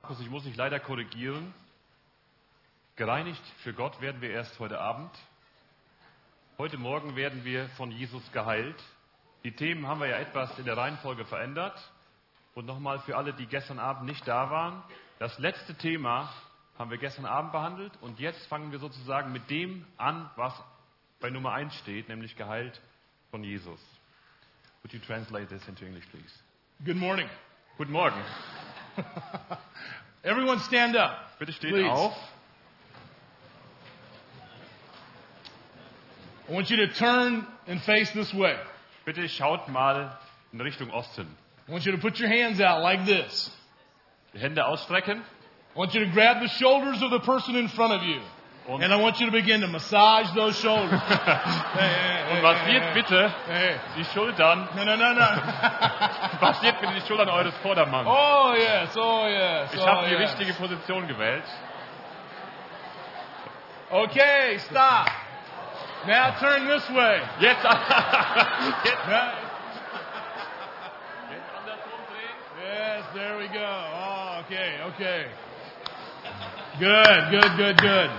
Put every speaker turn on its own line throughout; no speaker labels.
Markus, ich muss dich leider korrigieren. Gereinigt für Gott werden wir erst heute Abend. Heute Morgen werden wir von Jesus geheilt. Die Themen haben wir ja etwas in der Reihenfolge verändert. Und nochmal für alle, die gestern Abend nicht da waren. Das letzte Thema haben wir gestern Abend behandelt und jetzt fangen wir sozusagen mit dem an, was bei Nummer 1 steht, nämlich geheilt von Jesus. Would you translate this into English, please?
Good morning.
Guten Morgen.
Everyone stand up.
Bitte steht
Please.
auf.
I want you to turn and face this way.
Bitte schaut mal in Richtung Osten.
I want you to put your hands out like this.
Die Hände ausstrecken
I want you to grab the shoulders of the person in front of you.
und,
And I want you to begin to massage those shoulders. Hey, hey, hey,
und was
hey,
wird
hey,
bitte
hey.
die Schultern,
No, no, no, no.
was wird bitte die Schultern eures Vordermanns?
oh, yes. Oh, yes.
Ich
Oh,
habe die
yes.
richtige Position gewählt.
Okay, stop. Now turn this way.
Jetzt,
Now-
jetzt andersrum drehen.
Yes, there we go. Oh, okay, okay. Good, good, good, good.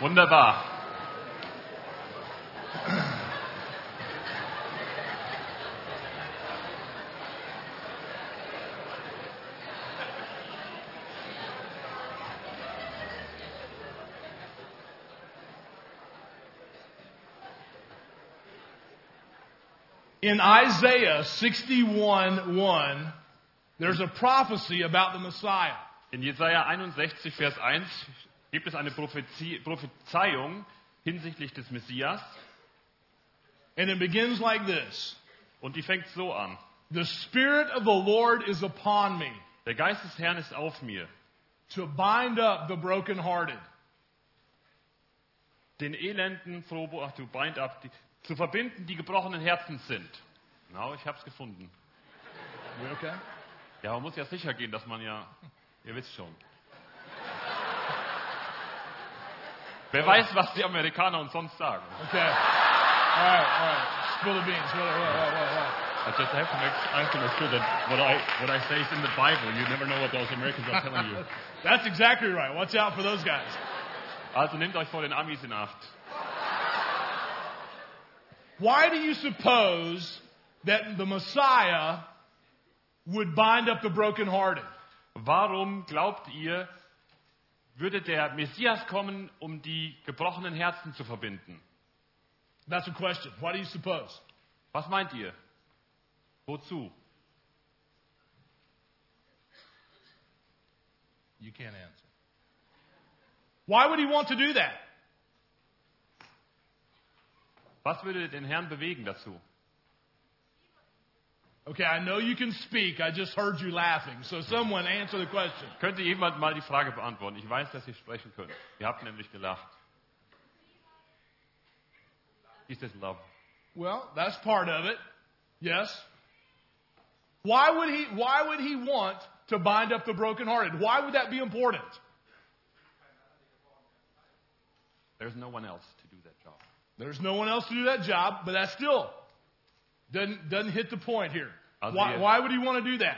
Wunderbar.
In Isaiah 61 1, there's a prophecy about the Messiah.
In Jesaja 61, Vers 1 gibt es eine Prophezie, Prophezeiung hinsichtlich des Messias
And it begins like this
und die fängt so an.
The Spirit of the Lord is upon me
Der Geist des Herrn ist auf mir,
to bind up the brokenhearted,
den Elenden, Frobo, ach du bind up, die, zu verbinden, die gebrochenen Herzen sind. Genau, ich hab's gefunden.
We okay?
Ja, man muss ja sicher gehen, dass man ja, ihr wisst schon. Wer weiß, was die Amerikaner uns sonst sagen.
Okay. All right, all right. Spill the beans. Whoa, whoa, whoa, whoa, whoa.
I just have to make Uncle sure that what I what I say is in the Bible. You never know what those Americans are telling you.
That's exactly right. Watch out for those guys.
Also nehmt euch vor den Amis in Acht.
Why do you suppose that the Messiah would bind up the brokenhearted?
Warum glaubt ihr, würde der Messias kommen, um die gebrochenen Herzen zu verbinden?
That's a question. Why do you suppose?
Was meint ihr? Wozu?
You can't answer. Why would he want to do that?
Was würde den Herrn bewegen dazu?
Okay, I know you can speak. I just heard you laughing. So someone answer the question.
Könnte jemand mal die Frage beantworten? Ich weiß, dass ihr sprechen könnt. Ihr habt nämlich gelacht. Ist das Love?
Well, that's part of it. Yes. Why would he why would he want to bind up the brokenhearted? Why would that be important?
There's no one else to do that job.
There's no one else to do that job, but that still doesn't doesn't hit the point here.
I'll
Why,
see it.
why would he want to do that?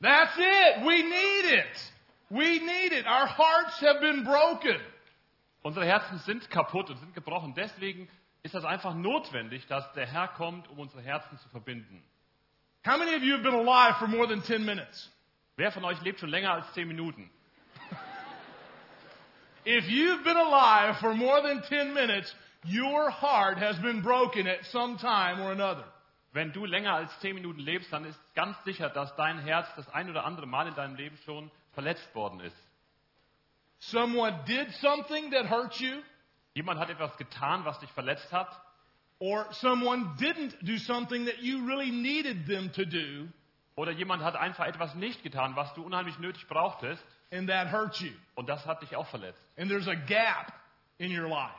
That's it. We need it. We need it. Our hearts have been broken.
Unsere Herzen sind kaputt und sind gebrochen. Deswegen ist das einfach notwendig, dass der Herr kommt, um unsere Herzen zu verbinden.
How many of you have been alive for more than 10 minutes?
Wer von euch lebt schon länger als zehn Minuten?
If you've been alive for more than 10 minutes, your heart has been broken at some time or another.
Wenn du länger als zehn Minuten lebst, dann ist ganz sicher, dass dein Herz das ein oder andere Mal in deinem Leben schon verletzt worden ist.
Someone did something that hurt you,
Jemand hat etwas getan, was dich verletzt hat,
or someone didn't do something that you really needed them to do,
oder jemand hat einfach etwas nicht getan, was du unheimlich nötig brauchtest,
and that hurt you.
und das hat dich auch verletzt.
And there's a gap in your life,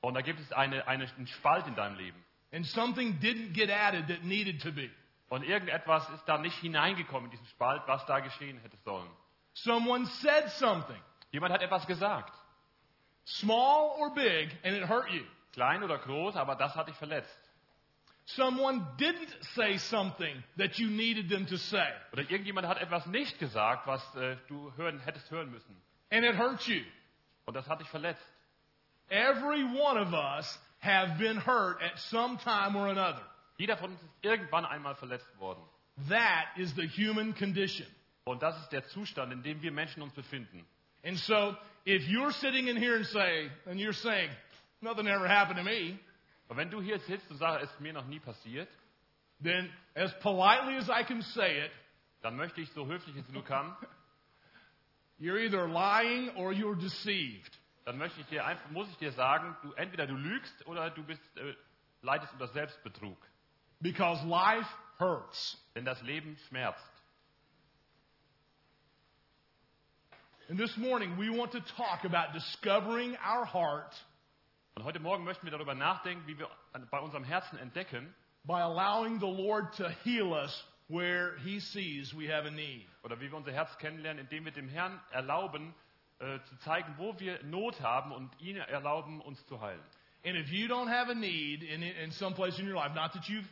Und da gibt es eine, eine, einen Spalt in deinem Leben.
and something didn't get added that needed to be.
Und irgendetwas ist da nicht hineingekommen in diesen Spalt, was da geschehen hätte sollen.
Someone said something,
Jemand hat etwas gesagt,
small or big, and it hurt you.
klein oder groß, aber das hat dich verletzt.
someone didn't say something that you needed them to say,
Oder irgendjemand hat etwas nicht gesagt, was äh, du hören, hättest hören müssen.
and it hurt you.
Und das hat dich verletzt.
Every one of us have been hurt at some time or another.
Jeder von uns ist irgendwann einmal verletzt worden.
That is the human condition.
Und das ist der Zustand, in dem wir Menschen uns befinden.
And so, if you're sitting in here and say, and you're saying, nothing ever happened to me,
Und wenn du hier sitzt und sagst, es ist mir noch nie passiert,
then as politely as I can say it,
dann möchte ich so höflich es nur kann,
you're either lying or you're deceived.
dann möchte ich dir einfach, muss ich dir sagen, du entweder du lügst oder du bist äh, leidest unter Selbstbetrug,
Because life hurts.
denn das Leben schmerzt.
And this morning, we want to talk about discovering our heart
Und heute Morgen möchten wir darüber nachdenken, wie wir an- bei unserem Herzen entdecken
by allowing the Lord to heal us where He sees we have a need.
oder wie wir unser Herz kennenlernen, indem wir dem Herrn erlauben, äh, zu zeigen, wo wir Not haben und ihn erlauben, uns zu heilen.
And if you don't have a need in, in some place in your life, not that you've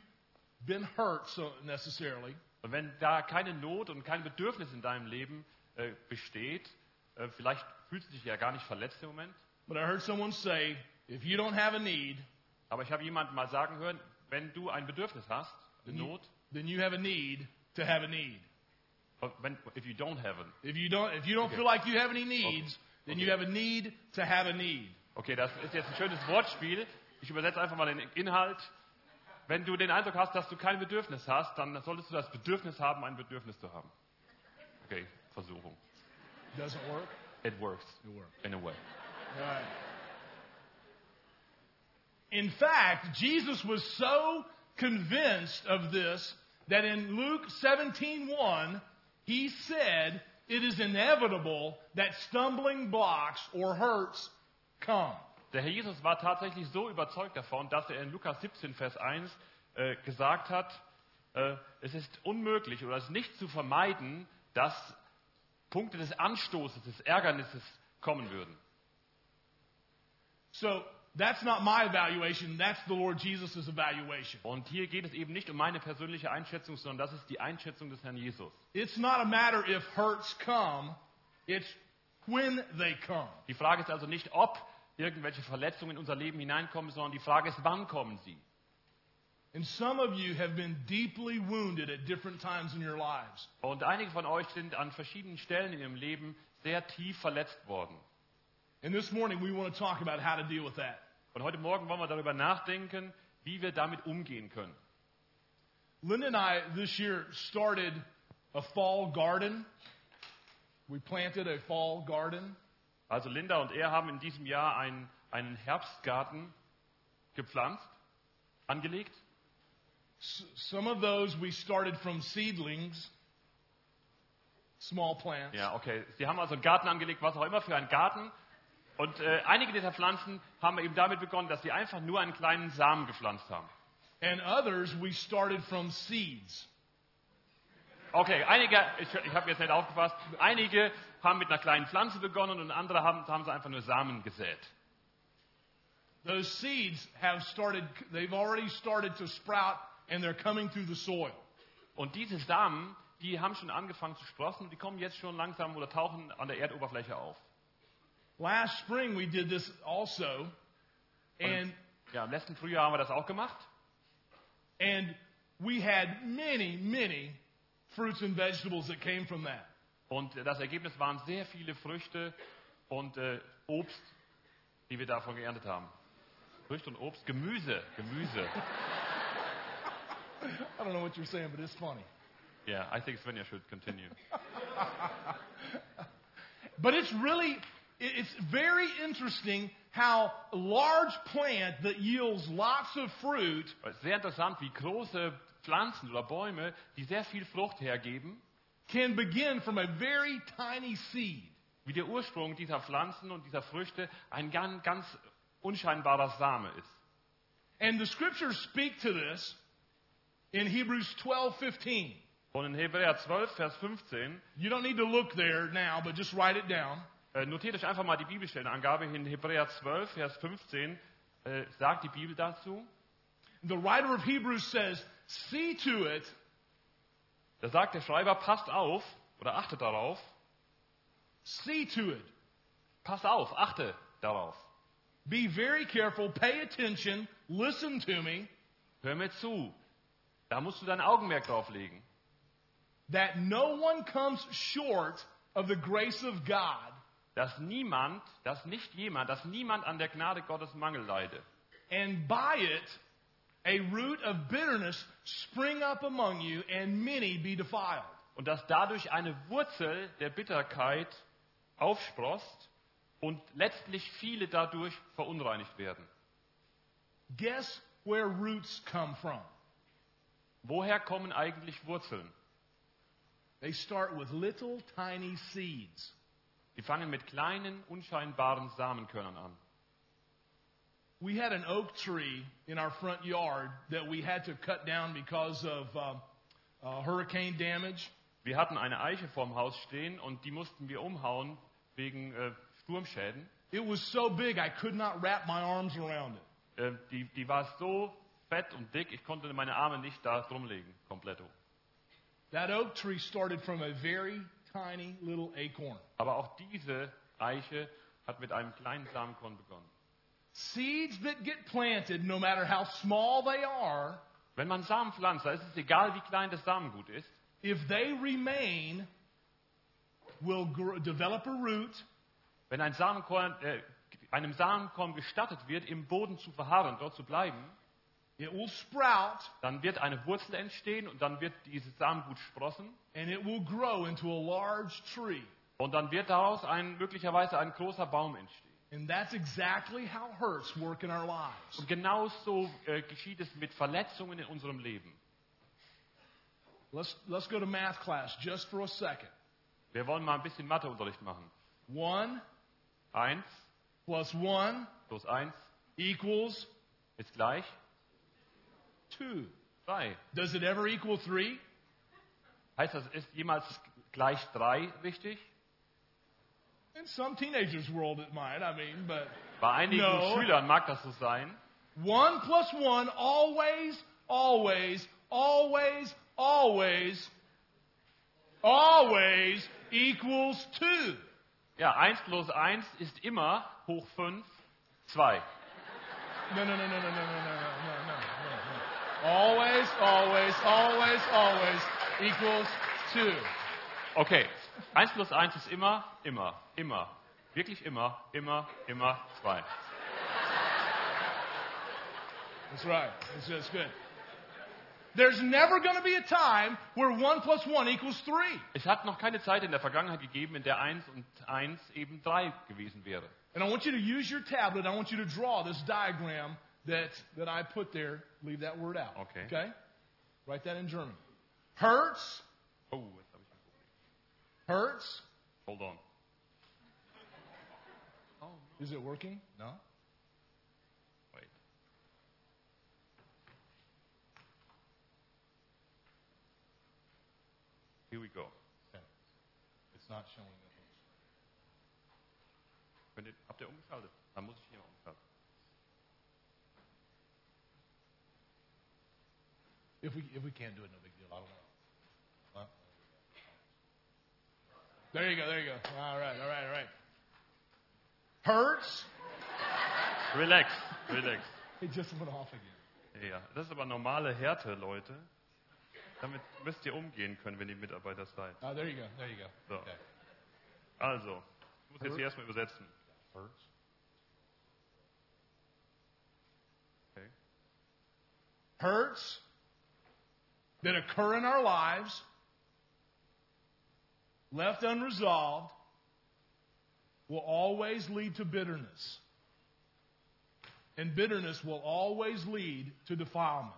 been hurt so necessarily,
Und wenn da keine Not und kein Bedürfnis in deinem Leben äh, besteht, äh, vielleicht fühlst du dich ja gar nicht verletzt im Moment,
but I heard someone say, if you don't have a need,
aber ich habe jemanden mal sagen hören, wenn du ein Bedürfnis hast, eine Not,
then you have a need to have a need.
wenn, if you don't have it.
If you don't, if you don't
Okay.
feel like you have any needs, then
Okay.
you have a need to have a need.
Okay, das ist jetzt ein schönes Wortspiel. Ich übersetze einfach mal den Inhalt. Wenn du den Eindruck hast, dass du kein Bedürfnis hast, dann solltest du das Bedürfnis haben, ein Bedürfnis zu haben. Okay, Versuchung.
Doesn't work.
It works
It works.
in a way.
Right. In fact, Jesus was so convinced of this that in Luke 17:1, he said, "It is inevitable that stumbling blocks or hurts come."
Der Herr Jesus war tatsächlich so überzeugt davon, dass er in Lukas 17, Vers 1 äh, gesagt hat, äh, es ist unmöglich oder es ist nicht zu vermeiden, dass Punkte des Anstoßes, des Ärgernisses kommen würden.
So that's not my evaluation, that's the Lord Jesus' evaluation.
Und hier geht es eben nicht um meine persönliche Einschätzung, sondern das ist die Einschätzung des Herrn Jesus.
It's not a matter if hurts come, it's when they come.
Die Frage ist also nicht, ob irgendwelche Verletzungen in unser Leben hineinkommen, sondern die Frage ist, wann kommen sie?
And some of you have been deeply wounded at different times in your lives.
Und einige von euch sind an verschiedenen Stellen in ihrem Leben sehr tief verletzt worden.
And this morning we want to talk about how to deal with that.
Und heute Morgen wollen wir darüber nachdenken, wie wir damit umgehen können.
Linda and I this year started a fall garden. We planted a fall garden.
Also Linda und er haben in diesem Jahr einen, einen Herbstgarten gepflanzt, angelegt.
S- some of those we started from seedlings, small plants.
Ja, okay. Sie haben also einen Garten angelegt, was auch immer für einen Garten. Und äh, einige dieser Pflanzen haben eben damit begonnen, dass sie einfach nur einen kleinen Samen gepflanzt haben.
And others we started from seeds.
Okay, einige, ich, ich habe jetzt nicht aufgepasst, einige haben mit einer kleinen Pflanze begonnen und andere haben, haben sie einfach nur Samen gesät.
Those seeds have started, they've already started to sprout and they're coming through the soil.
Und diese Samen, die haben schon angefangen zu sprossen und die kommen jetzt schon langsam oder tauchen an der Erdoberfläche auf.
Last spring we did this also. And
Ja, im letzten Frühjahr haben wir das auch gemacht.
And we had many, many fruits and vegetables that came from that.
Und das Ergebnis waren sehr viele Früchte und äh, Obst, die wir davon geerntet haben. Früchte und Obst, Gemüse, Gemüse.
I don't know what you're saying, but it's funny.
Yeah, I think Svenja should continue.
But it's really, it- it's very interesting how a large plant that yields lots of fruit
Aber es ist Sehr interessant, wie große Pflanzen oder Bäume, die sehr viel Frucht hergeben,
can begin from a very tiny seed.
wie der Ursprung dieser Pflanzen und dieser Früchte ein ganz, ganz unscheinbarer Same ist.
And the scriptures speak to this in Hebrews 12:15.
Und in Hebräer 12, Vers 15,
You don't need to look there now, but just write it down.
äh, notiert euch einfach mal die Bibelstellenangabe in Hebräer 12, Vers 15, äh, sagt die Bibel dazu,
the writer of Hebrews says, see to it
Da sagt der Schreiber, passt auf oder achtet darauf.
See to it.
Pass auf, achte darauf.
Be very careful. Pay attention. Listen to me.
Hör mir zu. Da musst du dein Augenmerk drauf legen.
That no one comes short of the grace of God.
Dass niemand, dass nicht jemand, dass niemand an der Gnade Gottes Mangel leide.
And by it, a root of bitterness spring up among you, and many be defiled.
Und dass dadurch eine Wurzel der Bitterkeit aufsprost und letztlich viele dadurch verunreinigt werden.
Guess where roots come from?
Woher kommen eigentlich Wurzeln?
They start with little tiny seeds.
Die fangen mit kleinen, unscheinbaren Samenkörnern an.
We had an oak tree in our front yard that we had to cut down because of um, uh, hurricane damage.
Wir hatten eine Eiche vorm Haus stehen und die mussten wir umhauen wegen äh, Sturmschäden.
It was so big I could not wrap my arms around it.
Äh, die, die war so fett und dick, ich konnte meine Arme nicht da drumlegen, komplett.
That oak tree started from a very tiny little acorn.
Aber auch diese Eiche hat mit einem kleinen Samenkorn begonnen.
Seeds that get planted, no matter how small they are,
Wenn man Samen pflanzt, da ist es egal, wie klein das Samengut ist.
if they remain, will grow, develop a root
Wenn ein Samenkorn, äh, einem Samenkorn gestattet wird, im Boden zu verharren, dort zu bleiben,
It will sprout
dann wird eine Wurzel entstehen und dann wird dieses Samengut sprossen
and it will grow into a large tree.
und dann wird daraus ein, möglicherweise ein großer Baum entstehen.
And that's exactly how hurts work in our lives.
Und genauso äh, geschieht es mit Verletzungen in unserem Leben.
Let's, let's go to math class just for a second.
Wir wollen mal ein bisschen Matheunterricht machen.
One
Eins
plus one
plus eins
equals
ist gleich
two.
drei.
Does it ever equal three?
Heißt das, ist jemals gleich drei richtig?
In some teenagers' world, it might. I mean, but
Bei einigen
No.
Schülern mag das so sein.
one plus one always, always, always, always, always equals two.
Ja, eins plus eins ist immer hoch fünf, zwei.
No, no, no, no, no, no, no, no, no, no, no, no. Always, always, always, always equals two.
Okay, eins plus eins ist immer, immer, immer. Wirklich immer, immer, immer zwei.
That's right. That's, that's good. There's never going to be a time where one plus one equals three.
Es hat noch keine Zeit in der Vergangenheit gegeben, in der eins und eins eben drei gewesen wäre.
And I want you to use your tablet. I want you to draw this diagram that, that I put there. Leave that word out.
Okay.
Okay? Write that in German. Hertz,
Oh, jetzt habe ich ein Problem.
Hertz.
Hold on.
Is it working? No.
Wait. Here we go.
Okay. It's not showing up.
Könnt ihr, habt ihr umgeschaltet? Dann muss ich hier mal umschalten.
If we, if we can't do it, no big deal. I don't know. Huh? There you go. There you go. All right. All right. All right. Hertz.
Relax, relax.
It just went off again.
Ja, das ist aber normale Härte, Leute. Damit müsst ihr umgehen können, wenn ihr Mitarbeiter seid.
Oh, there you go. There you go.
So.
Okay.
Also, ich muss jetzt hier erstmal übersetzen.
Hertz.
Okay.
hurts that occur in our lives, left unresolved, will always lead to bitterness. And bitterness will always lead to defilement.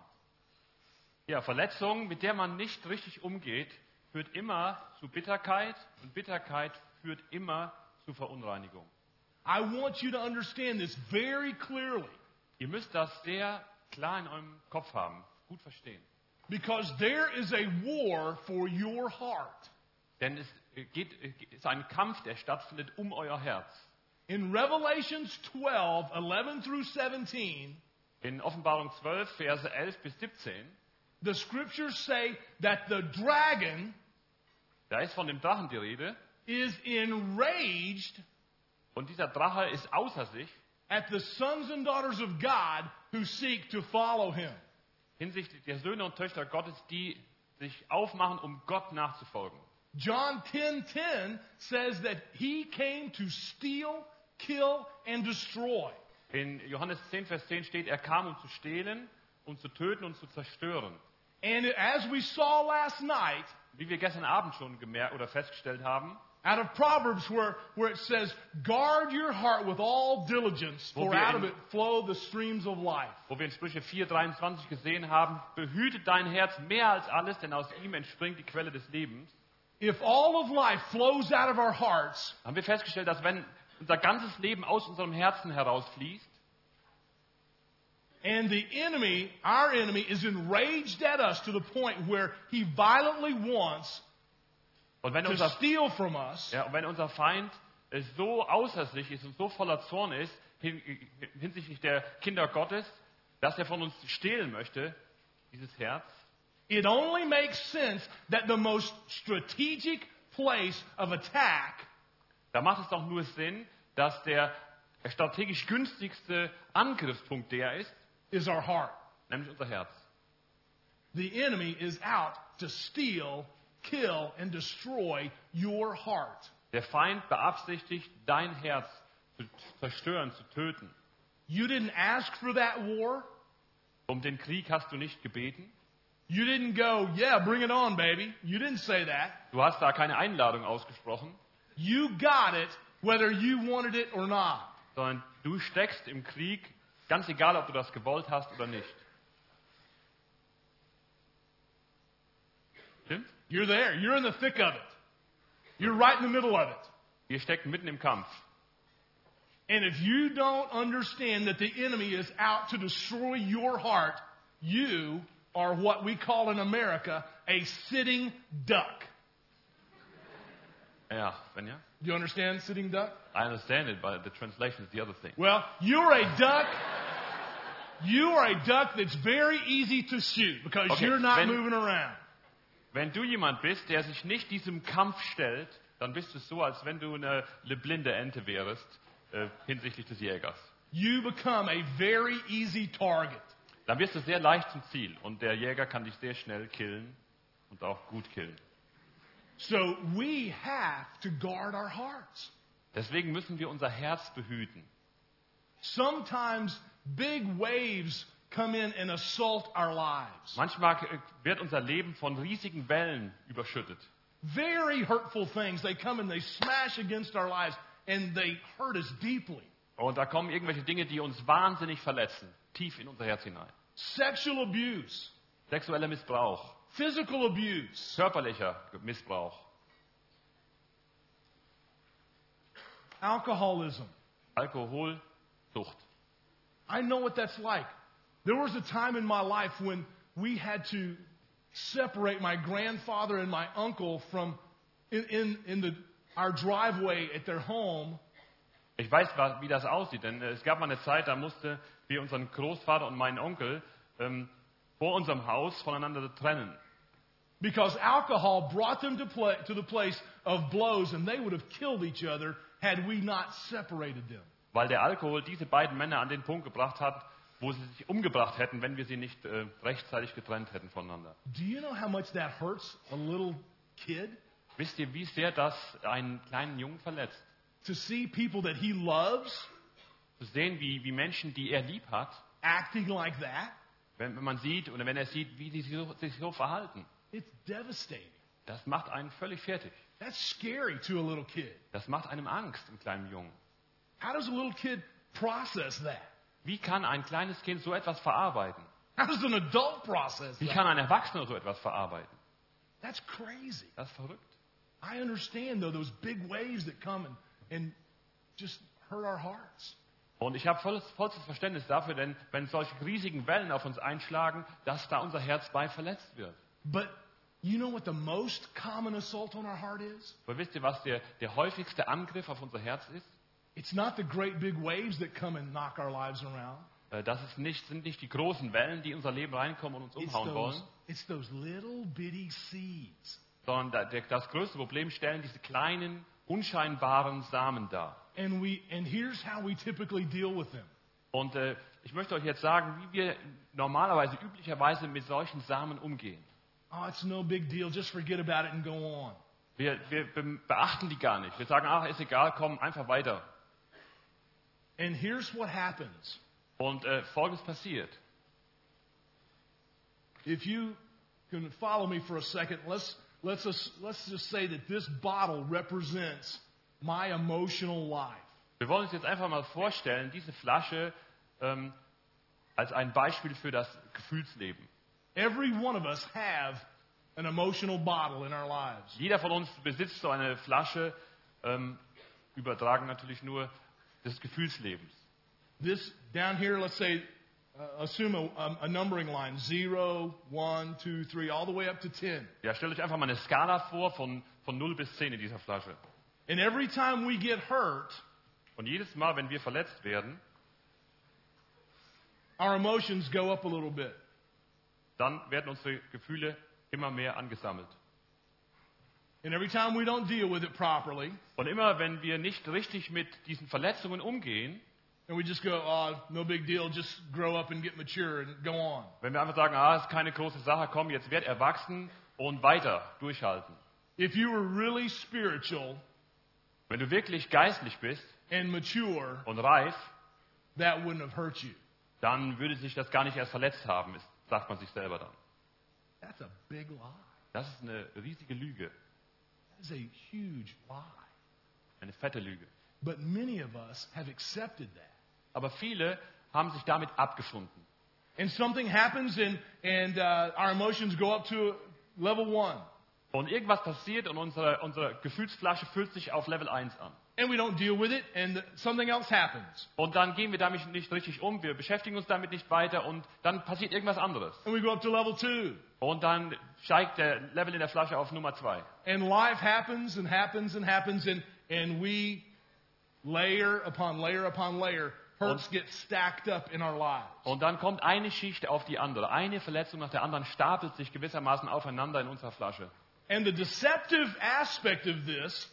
Ja, Verletzung, mit der man nicht richtig umgeht, führt immer zu Bitterkeit und Bitterkeit führt immer zu Verunreinigung.
I want you to understand this very clearly
Ihr müsst das sehr klar in eurem Kopf haben, gut verstehen.
because there is a war for your heart.
Denn es geht, es ist ein Kampf, der stattfindet um euer Herz.
In Revelations 12 11 through 17,
In Offenbarung 12, Verse 11 bis 17,
the scriptures say that the dragon
da ist von dem Drachen die Rede.
is enraged
Und dieser Drache ist außer sich
at the sons and daughters of God who seek to follow him.
hinsichtlich der Söhne und Töchter Gottes, die sich aufmachen, um Gott nachzufolgen.
John 10:10 says that he came to steal, kill and destroy.
In Johannes 10, Vers 10 steht, er kam, um zu stehlen, um zu töten und zu zerstören.
And as we saw last night
Wie wir gestern Abend schon gemerkt oder festgestellt haben,
out of Proverbs where, where it says, guard your heart with all diligence,
Wo
for
wir
out
in-
of it flow the streams of life.
wo wir in Sprüche 4,23 gesehen haben, behüte dein Herz mehr als alles, denn aus ihm entspringt die Quelle des Lebens,
If all of life flows out of our hearts,
haben wir festgestellt, dass wenn unser ganzes Leben aus unserem Herzen herausfließt
And the enemy, our enemy, is enraged at us to the point where he violently wants
und wenn
to
unser,
steal from us,
ja, und wenn unser Feind es so außer sich ist und so voller Zorn ist hin, hinsichtlich der Kinder Gottes, dass er von uns stehlen möchte, dieses Herz,
it only makes sense that the most strategic place of attack
da macht es doch nur Sinn, dass der strategisch günstigste Angriffspunkt der ist,
is our heart.
nämlich unser Herz.
The enemy is out to steal, kill, and destroy your heart.
Der Feind beabsichtigt, dein Herz zu zerstören, zu töten.
You didn't ask for that war.
Um den Krieg hast du nicht gebeten.
You didn't go, yeah, bring it on, baby. You didn't say that.
Du hast da keine Einladung ausgesprochen,
You got it whether you wanted it or not.
sondern du steckst im Krieg, ganz egal, ob du das gewollt hast oder nicht. Stimmt?
You're there. You're in the thick of it. You're right in the middle of it.
Wir stecken mitten im Kampf.
And if you don't understand that the enemy is out to destroy your heart, you are what we call in America a sitting duck.
Ja, Svenja?
Do you understand sitting duck?
I understand it, but the translation is the other thing.
Well, you're a duck. You are a duck that's very easy to shoot because
Okay,
you're not
then-
moving around.
Wenn du jemand bist, der sich nicht diesem Kampf stellt, dann bist du so, als wenn du eine, eine blinde Ente wärest äh, hinsichtlich des Jägers.
You become a very easy target.
Dann wirst du sehr leicht zum Ziel und der Jäger kann dich sehr schnell killen und auch gut killen.
So we have to guard our hearts.
Deswegen müssen wir unser Herz behüten.
Sometimes big waves come in and assault our lives.
Manchmal äh, wird unser Leben von riesigen Wellen überschüttet.
Very hurtful things. They come and they smash against our lives and they hurt us deeply.
Und da kommen irgendwelche Dinge, die uns wahnsinnig verletzen, tief in unser Herz hinein.
Sexual abuse,
Sexueller Missbrauch,
physical abuse.
körperlicher Missbrauch,
Alcoholism.
Alkohol, Sucht.
I know what that's like. There was a time in my life when we had to separate my grandfather and my uncle from in, in, in the, our driveway at their home
Ich weiß, wa- wie das aussieht, denn äh, es gab mal eine Zeit, da mussten wir unseren Großvater und meinen Onkel ähm, vor unserem Haus voneinander trennen.
Because alcohol brought them to, pla to the place of blows, and they would have killed each other had we not separated them.
weil der Alkohol diese beiden Männer an den Punkt gebracht hat, wo sie sich umgebracht hätten, wenn wir sie nicht äh, rechtzeitig getrennt hätten voneinander.
Do you know how much that hurts a little kid
Wisst ihr, wie sehr das einen kleinen Jungen verletzt?
to see people that he loves
Zu sehen, wie, wie Menschen, die er lieb hat,
acting like that?
wenn, wenn man sieht oder wenn er sieht, wie sie so, sich so verhalten,
It's devastating.
das macht einen völlig fertig.
That's scary to a little kid.
Das macht einem Angst im kleinen Jungen.
How does a little kid process that?
Wie kann ein kleines Kind so etwas verarbeiten?
How does an adult process
Wie
that?
kann ein Erwachsener so etwas verarbeiten?
That's crazy.
Das ist verrückt.
I understand, though, those big waves that come and, and just hurt our hearts.
Und ich habe volles, vollstes Verständnis dafür, denn wenn solche riesigen Wellen auf uns einschlagen, dass da unser Herz bei verletzt wird.
But you know what the most common assault on our heart is?
Aber wisst ihr, was der, der häufigste Angriff auf unser Herz ist?
It's not the great big waves that come and knock our lives around.
Äh, Das ist nicht, sind nicht die großen Wellen, die in unser Leben reinkommen und uns
It's
umhauen
those,
wollen,
it's those little bitty seeds.
sondern da- der- das größte Problem stellen diese kleinen, unscheinbaren Samen dar.
And, we, and here's how we typically deal with them.
Und äh, ich möchte euch jetzt sagen, wie wir normalerweise, üblicherweise mit solchen Samen umgehen.
Oh, it's no big deal. Just forget about it and go on.
Wir, wir be- beachten die gar nicht. Wir sagen, ach, ist egal, komm, einfach weiter.
And here's what happens.
Und äh, Folgendes passiert.
If you can follow me for a second, let's, let's, just, let's just say that this bottle represents my emotional life.
Wir wollen uns jetzt einfach mal vorstellen, diese Flasche ähm, als ein Beispiel für das Gefühlsleben.
Every one of us have an emotional bottle in our lives.
Jeder von uns besitzt so eine Flasche, ähm, übertragen natürlich nur des Gefühlslebens.
This down here, let's say, uh, assume a, um, a numbering line zero, one, two, three, all the way up to 10.
Ja, stellt euch einfach mal eine Skala vor von, von 0 bis 10 in dieser Flasche.
And every time we get hurt,
Und jedes Mal, wenn wir verletzt werden,
our emotions go up a little bit.
dann werden unsere Gefühle immer mehr angesammelt.
And every time we don't deal with it properly,
Und immer wenn wir nicht richtig mit diesen Verletzungen umgehen,
and we just go, oh, no big deal, just grow up and get mature and go on.
wenn wir einfach sagen, ah, ist keine große Sache, komm, jetzt werd erwachsen und weiter durchhalten.
If you were really spiritual
Wenn du wirklich geistlich bist
and mature,
und reif,
that wouldn't have hurt you.
dann würde sich das gar nicht erst verletzt haben, ist- sagt man sich selber dann.
That's a big lie.
Das ist eine riesige Lüge,
That's a huge lie.
eine fette Lüge.
But many of us have accepted that.
Aber viele haben sich damit abgefunden.
And something happens, and, and uh, our emotions go up to level one,
Und irgendwas passiert und unsere, unsere Gefühlsflasche füllt sich auf Level 1 an.
and we don't deal with it, and something else happens.
Und dann gehen wir damit nicht richtig um, wir beschäftigen uns damit nicht weiter und dann passiert irgendwas anderes.
And we go up to level two,
Und dann steigt der Level in der Flasche auf Nummer 2.
And life happens and happens and happens, and, and we layer upon layer upon layer, hurts get stacked up in our lives.
Und dann kommt eine Schicht auf die andere. Eine Verletzung nach der anderen stapelt sich gewissermaßen aufeinander in unserer Flasche.
And the deceptive aspect of this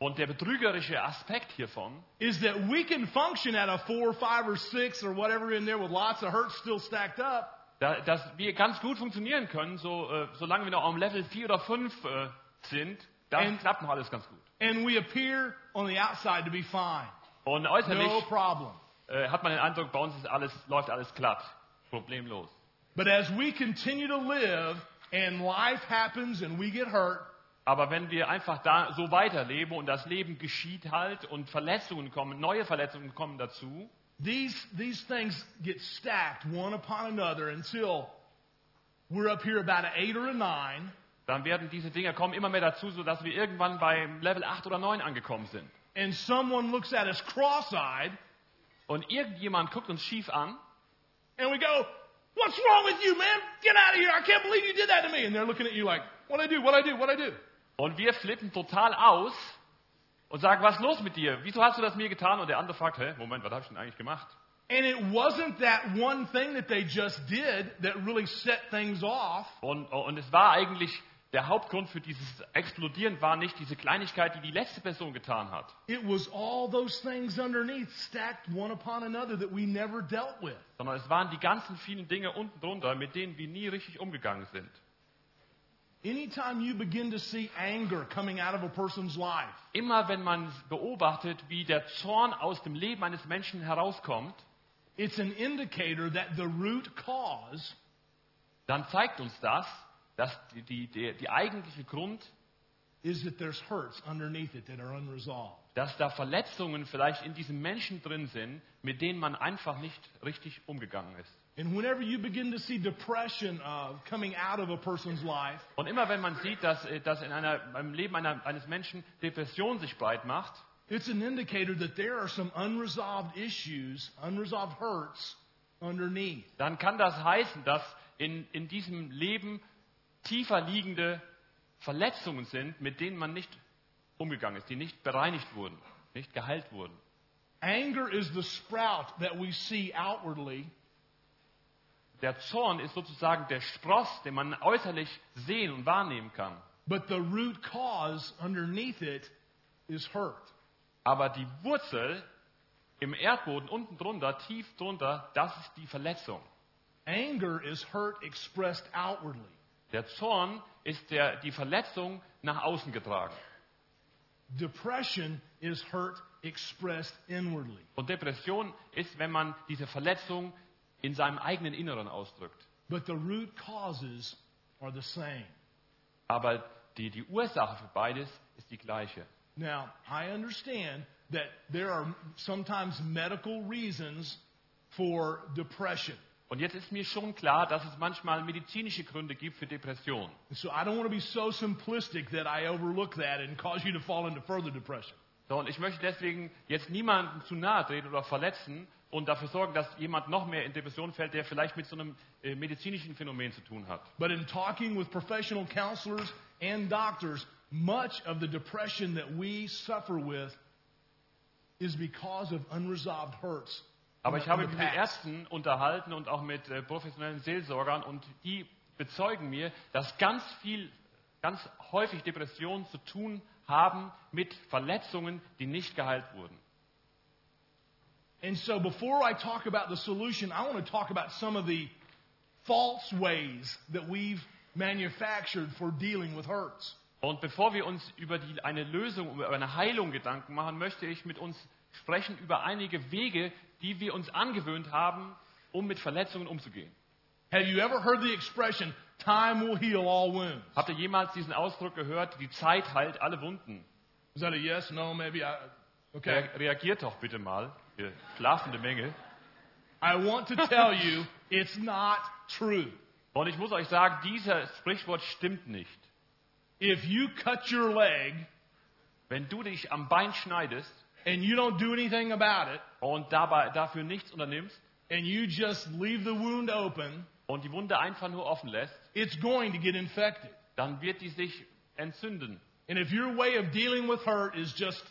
Und der betrügerische Aspekt hiervon
is that we can function at a four, five, or six, or whatever in there with lots of hurts still stacked up,
da, dass wir ganz gut funktionieren können, so, äh, solange wir noch am Level 4 oder 5 äh, sind, dann
And-
klappt noch alles ganz gut.
and we appear on the outside to be fine.
Und
No
äußerlich
problem.
äh, hat man den Eindruck, bei uns ist alles, läuft alles glatt, problemlos.
But as we continue to live, and life happens, and we get hurt,
Aber wenn wir einfach da so weiterleben und das Leben geschieht halt und Verletzungen kommen, neue Verletzungen kommen dazu,
these, these things get stacked one upon another until we're up here about an eight or a nine,
dann werden diese Dinge kommen immer mehr dazu, sodass wir irgendwann beim Level 8 oder 9 angekommen sind.
and someone looks at us cross eyed,
Und irgendjemand guckt uns schief an
and we go, What's wrong with you, man? Get out of here. I can't believe you did that to me. And they're looking at you like, What'd I do? What'd I do? What'd I do?
und wir flippen total aus und sagen, was ist los mit dir? Wieso hast du das mir getan? Und der andere fragt, hä, Moment, was habe ich denn eigentlich gemacht?
And it wasn't that one thing that they just did that really set things off.
Und, und es war eigentlich, der Hauptgrund für dieses Explodieren war nicht diese Kleinigkeit, die die letzte Person getan hat,
It was all those things underneath stacked one upon another that we never dealt with.
sondern es waren die ganzen vielen Dinge unten drunter, mit denen wir nie richtig umgegangen sind.
Anytime you begin to see anger coming out of a person's life,
Immer wenn man beobachtet, wie der Zorn aus dem Leben eines Menschen herauskommt,
it's an indicator that the root cause
dann zeigt uns das, dass die, die, der, die eigentliche Grund,
is that there's hurts underneath it that are unresolved.
dass da Verletzungen vielleicht in diesem Menschen drin sind, mit denen man einfach nicht richtig umgegangen ist.
And whenever you begin to see depression uh, coming out of a person's life,
Und immer wenn man sieht, dass, äh, dass in einer, im Leben einer, eines Menschen Depression sich breit macht,
it's an indicator that there are some unresolved issues, unresolved hurts underneath.
dann kann das heißen, dass in, in diesem Leben tiefer liegende Verletzungen sind, mit denen man nicht umgegangen ist, die nicht bereinigt wurden, nicht geheilt wurden.
Anger is the sprout that we see outwardly,
Der Zorn ist sozusagen der Spross, den man äußerlich sehen und wahrnehmen kann.
but the root cause underneath it is hurt.
Aber die Wurzel im Erdboden unten drunter, tief drunter, das ist die Verletzung.
Anger is hurt expressed outwardly.
Der Zorn ist der, die Verletzung nach außen getragen.
Depression is hurt expressed inwardly.
Und Depression ist, wenn man diese Verletzung in seinem eigenen Inneren ausdrückt.
But the root causes are the same.
Aber die, die Ursache für beides ist die gleiche.
Now, I understand that there are sometimes medical reasons for depression.
Und jetzt ist mir schon klar, dass es manchmal medizinische Gründe gibt für Depressionen.
And so I don't want to be so simplistic that I overlook that and cause you to fall into further depression.
So, und ich möchte deswegen jetzt niemanden zu nahe treten oder verletzen und dafür sorgen, dass jemand noch mehr in Depression fällt, der vielleicht mit so einem äh, medizinischen Phänomen zu tun hat.
But in talking with professional counselors and doctors, much of the depression that we suffer with is because of unresolved hurts.
Aber
in
ich
the- in
habe mich
the
mit
past.
Ärzten unterhalten und auch mit äh, professionellen Seelsorgern und die bezeugen mir, dass ganz viel, ganz häufig Depressionen zu tun haben mit Verletzungen, die nicht geheilt wurden.
And so before I talk about the solution, I want to talk about some of the false ways that we've manufactured for dealing with hurts.
Und bevor wir uns über die, eine Lösung, über eine Heilung Gedanken machen, möchte ich mit uns sprechen über einige Wege, die wir uns angewöhnt haben, um mit Verletzungen umzugehen.
Have you ever heard the expression, time will heal all wounds?
Habt ihr jemals diesen Ausdruck gehört, die Zeit heilt alle Wunden?
Is that a yes, no, maybe? I, okay.
Re reagiert doch bitte mal, ihr schlafende Menge.
I want to tell you it's not true.
Und ich muss euch sagen, dieses Sprichwort stimmt nicht.
If you cut your leg
Wenn du dich am Bein schneidest
and you don't do anything about it
und dabei dafür nichts unternimmst
and you just leave the wound open,
und die Wunde einfach nur offen lässt,
it's going to get infected.
dann wird die sich entzünden.
And if your way of dealing with hurt is just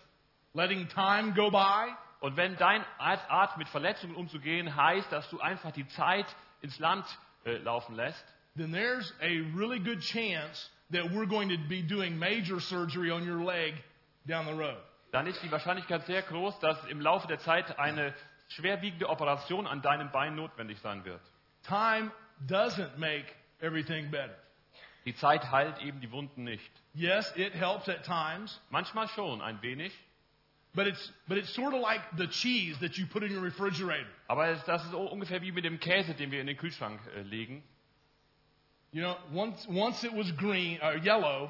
letting time go by,
Und wenn dein Art, Art mit Verletzungen umzugehen heißt, dass du einfach die Zeit ins Land äh, laufen lässt,
then there's a really good chance that we're going to be doing major surgery on your leg down the road.
dann ist die Wahrscheinlichkeit sehr groß, dass im Laufe der Zeit eine schwerwiegende Operation an deinem Bein notwendig sein wird.
Time doesn't make everything better.
Die Zeit heilt eben die Wunden nicht.
Yes, it helps at times,
Manchmal schon ein wenig,
but it's but it's sort of like the cheese that you put in your refrigerator.
aber es- das ist so ungefähr wie mit dem Käse, den wir in den Kühlschrank äh, legen.
You know, once once it was green or yellow,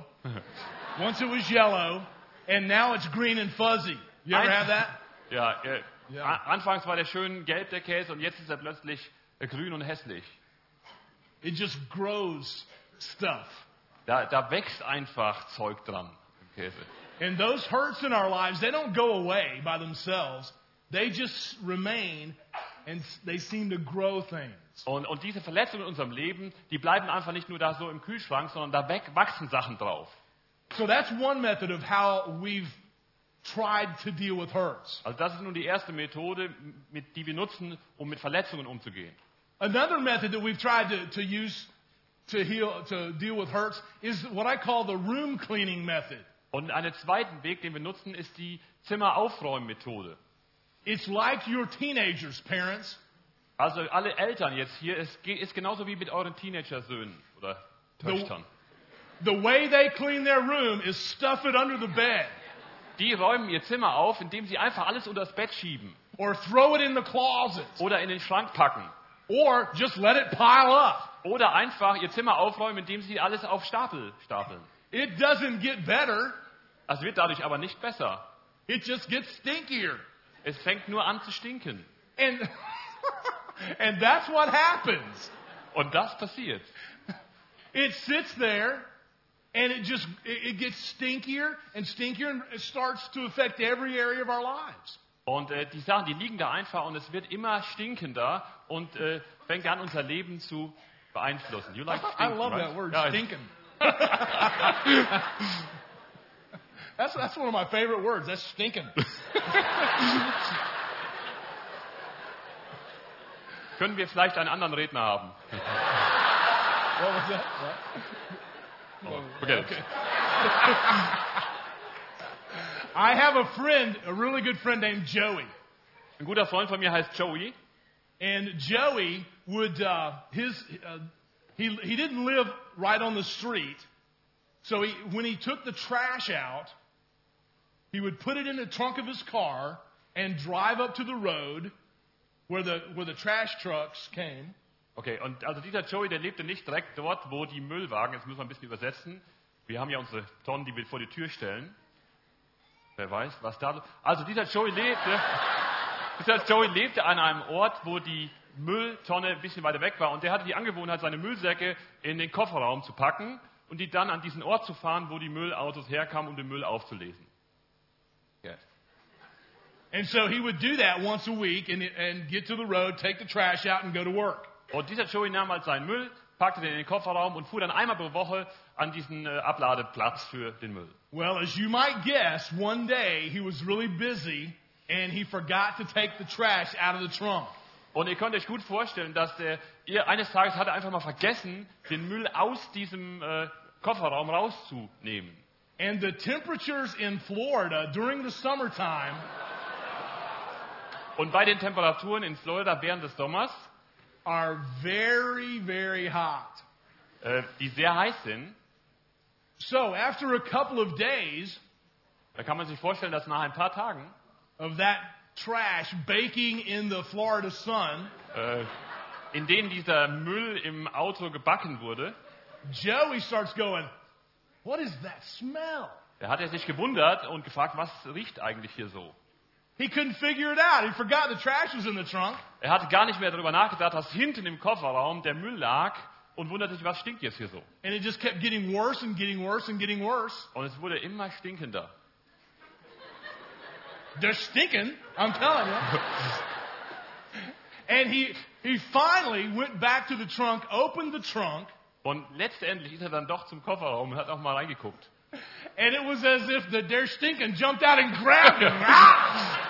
once it was yellow, and now it's green and fuzzy. You ever
Ein-
have that?
Ja, äh,
Ja.
a- anfangs war der schön gelb der Käse und jetzt ist er plötzlich äh, grün und hässlich.
It just grows stuff.
Da, da wächst einfach Zeug dran im Käse.
And those hurts in our lives, they don't go away by themselves. They just remain and s- they seem to grow things.
Und, und diese Verletzungen in unserem Leben, die bleiben einfach nicht nur da so im Kühlschrank, sondern da weg, wachsen Sachen drauf.
So that's one method of how we've tried to deal with hurts.
Also das ist nun die erste Methode, mit, die wir nutzen, um mit Verletzungen umzugehen.
Another method that we've tried to, to use to heal to deal with hurts is what I call the room cleaning method.
Und einen zweiten Weg, den wir nutzen, ist die Zimmeraufräummethode.
It's like your teenagers, parents.
Also alle Eltern jetzt hier, es ge- ist genauso wie mit euren Teenager-Söhnen oder Töchtern.
The way they clean their room is stuff it under the bed
Die räumen ihr Zimmer auf, indem sie einfach alles unter das Bett schieben
or throw it in the closet
oder in den Schrank packen.
or just let it pile up.
Oder einfach ihr Zimmer aufräumen, indem sie alles auf Stapel stapeln.
It doesn't get better,
Das wird dadurch aber nicht besser.
it just gets stinkier.
Es fängt nur an zu stinken.
And and that's what happens.
Und das passiert.
It sits there and it just it it gets stinkier and stinkier and it starts to affect every area of our lives.
Und äh, die Sachen, die liegen da einfach und es wird immer stinkender und äh, fängt an, unser Leben zu beeinflussen. You like
I
stinken,
love
right?
that word,
Ja,
stinking. that's, that's one of my favorite words. That's stinking.
Können wir vielleicht einen anderen Redner haben?
What was that?
Oh, forget it.
What? I have a friend, a really good friend named Joey.
Ein guter Freund von mir heißt Joey.
And Joey would, uh, his, uh, he, he didn't live right on the street. So he, when he took the trash out, he would put it in the trunk of his car and drive up to the road where the, where the trash trucks came.
Okay, und also dieser Joey, der lebte nicht direkt dort, wo die Müllwagen, jetzt müssen wir ein bisschen übersetzen. Wir haben ja unsere Tonnen, die wir vor die Tür stellen. Wer weiß, was da. Also dieser Joey lebte, dieser Joey lebte an einem Ort, wo die Mülltonne ein bisschen weiter weg war und der hatte die Angewohnheit, seine Müllsäcke in den Kofferraum zu packen und die dann an diesen Ort zu fahren, wo die Müllautos herkamen, um den Müll aufzulesen.
And so he would do that once a week and, and get to the road, take the trash out, and go to work.
Und dieser Joey nahm halt seinen Müll, packte den in den Kofferraum und fuhr dann einmal pro Woche an diesen äh, Abladeplatz für den Müll.
Well, as you might guess, one day he was really busy and he forgot to take the trash out of the trunk.
Und ihr könnt euch gut vorstellen, dass der, ihr eines Tages hat er einfach mal vergessen, den Müll aus diesem äh, Kofferraum rauszunehmen.
And the temperatures in Florida during the summertime
Und bei den Temperaturen in Florida während des Sommers,
are very, very hot.
äh, die sehr heiß sind,
So after a couple of days
da kann man sich vorstellen, dass nach ein paar Tagen
of that trash baking in the Florida sun,
äh, in denen dieser Müll im Auto gebacken wurde,
Joey starts going, What is that smell?
da hat er sich gewundert und gefragt, was riecht eigentlich hier so?
He couldn't figure it out. He forgot the trash was in the trunk.
Er hatte gar nicht mehr darüber nachgedacht, dass hinten im Kofferraum der Müll lag und wundert sich, was stinkt jetzt hier so?
And it just kept getting worse and getting worse and getting worse.
Und es wurde immer stinkender.
They're stinking, I'm telling you. and he he finally went back to the trunk, opened the trunk,
Und letztendlich ist er dann doch zum Kofferraum und hat auch mal reingeguckt.
and it was as if the dare stinking jumped out and grabbed him. Ah!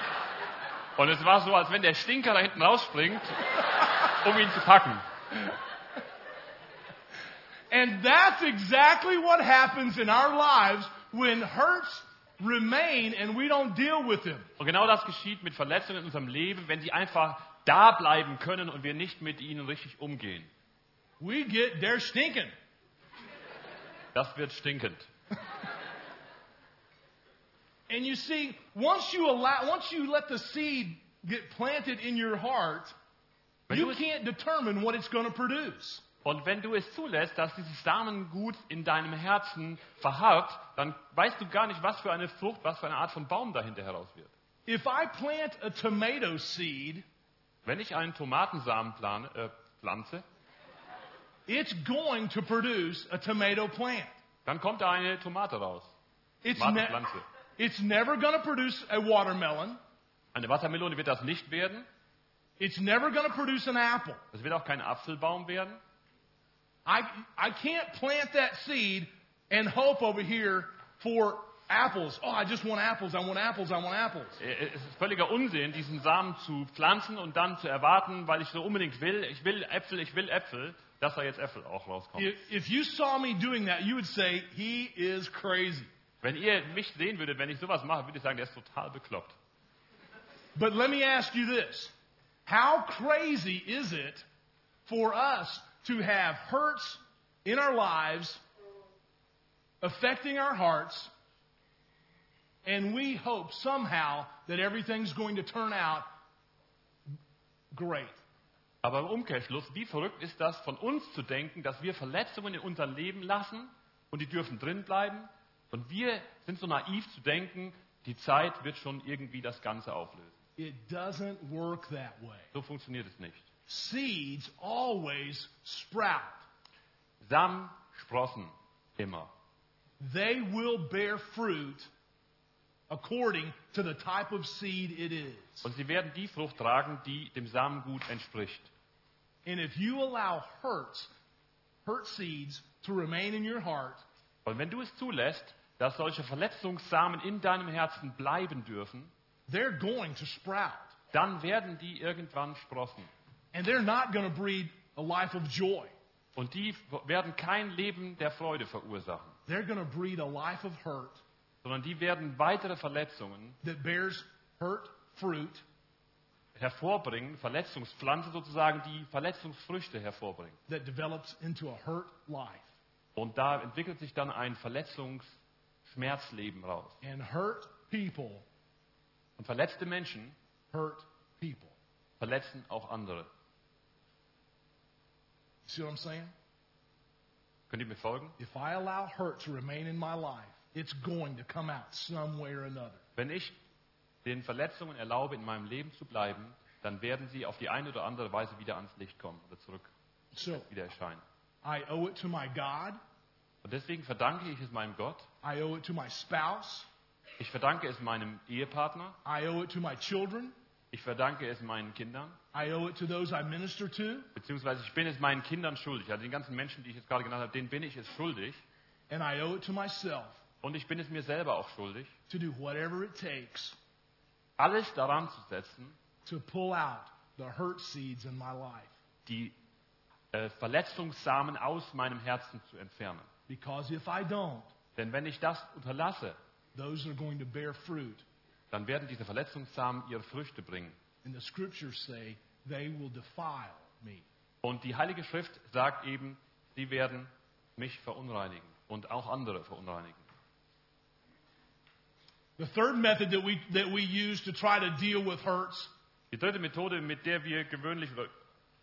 Und es war so, als wenn der Stinker da hinten rausspringt, um ihn zu packen.
and that's exactly what happens in our lives when hurts remain and we don't deal with them.
Und genau das geschieht mit Verletzungen in unserem Leben, wenn sie einfach da bleiben können und wir nicht mit ihnen richtig umgehen.
We get dare stinking.
Das wird stinkend.
And you see, once you allow once you let the seed get planted in your heart,
Wenn du
you
es,
can't determine what it's going to produce.
und wenn du es zulässt, dass dieses Samengut in deinem Herzen verharrt, dann weißt du gar nicht, was für eine Frucht, was für eine Art von Baum dahinter heraus wird.
If I plant a tomato seed,
Wenn ich einen Tomatensamen plane, äh, pflanze,
it's going to produce a tomato plant.
dann kommt da eine Tomate raus.
It's, ne-
Tomatenpflanze.
it's never going to produce a watermelon.
Eine Wassermelone wird das nicht werden.
It's never going to produce an apple.
Es wird auch kein Apfelbaum werden.
I, I can't plant that seed and hope over here for apples. Oh, I just want apples. I want apples. I want apples.
Äh, Es ist völliger Unsinn, diesen Samen zu pflanzen und dann zu erwarten, weil ich so unbedingt will, ich will Äpfel, ich will Äpfel, dass da jetzt Äpfel auch rauskommen.
If, if you saw me doing that, you would say, he is crazy.
Wenn ihr mich sehen würdet, wenn ich sowas mache, würde ich sagen, der ist total bekloppt.
But let me ask you this How crazy is it for us to have hurts in our lives affecting our hearts, and we hope somehow that everything's going to turn out great?
Aber im Umkehrschluss, wie verrückt ist das, von uns zu denken, dass wir Verletzungen in unserem Leben lassen und die dürfen drin bleiben und wir sind so naiv zu denken, die Zeit wird schon irgendwie das Ganze auflösen.
It doesn't work that way.
So funktioniert es nicht.
Seeds always sprout,
Samen sprossen immer.
they will bear fruit according to the type of seed it is.
Und sie werden die Frucht tragen, die dem Samengut entspricht.
And if you allow hurts, hurt seeds to remain in your heart,
Und wenn du es zulässt, dass solche Verletzungssamen in deinem Herzen bleiben dürfen,
they're going to sprout.
dann werden die irgendwann sprossen.
and they're not going to breed a life of joy.
Und die werden kein Leben der Freude verursachen,
They're going to breed a life of hurt
sondern die werden weitere Verletzungen
that bears hurt fruit
hervorbringen, Verletzungspflanzen sozusagen, die Verletzungsfrüchte hervorbringen.
that develops into a hurt life.
Und da entwickelt sich dann ein Verletzungsschmerzleben raus.
And hurt people
Und verletzte Menschen
hurt people.
verletzen auch andere.
See what I'm saying?
Könnt ihr mir folgen?
If I allow hurt to remain in my life, it's going to come out some way or another.
Wenn ich den Verletzungen erlaube, in meinem Leben zu bleiben, dann werden sie auf die eine oder andere Weise wieder ans Licht kommen oder zurück
So
wieder erscheinen.
I owe it to my God.
Und deswegen verdanke ich es meinem Gott,
I owe it to my spouse.
ich verdanke es meinem Ehepartner,
I owe it to my children.
ich verdanke es meinen Kindern,
I owe it to those I minister to.
beziehungsweise ich bin es meinen Kindern schuldig. Also den ganzen Menschen, die ich jetzt gerade genannt habe, denen bin ich es schuldig.
And I owe it to myself
Und ich bin es mir selber auch schuldig,
to do whatever it takes
alles daran zu setzen,
to pull out the hurt seeds in my life
die äh, Verletzungssamen aus meinem Herzen zu entfernen.
because if I don't,
Denn wenn ich das unterlasse,
those are going to bear fruit.
dann werden diese Verletzungssamen ihre Früchte bringen.
And the scriptures say they will defile me.
Und die Heilige Schrift sagt eben, sie werden mich verunreinigen und auch andere verunreinigen.
The third method that we, that we use to try to deal with hurts
Die dritte Methode, mit der wir gewöhnlich oder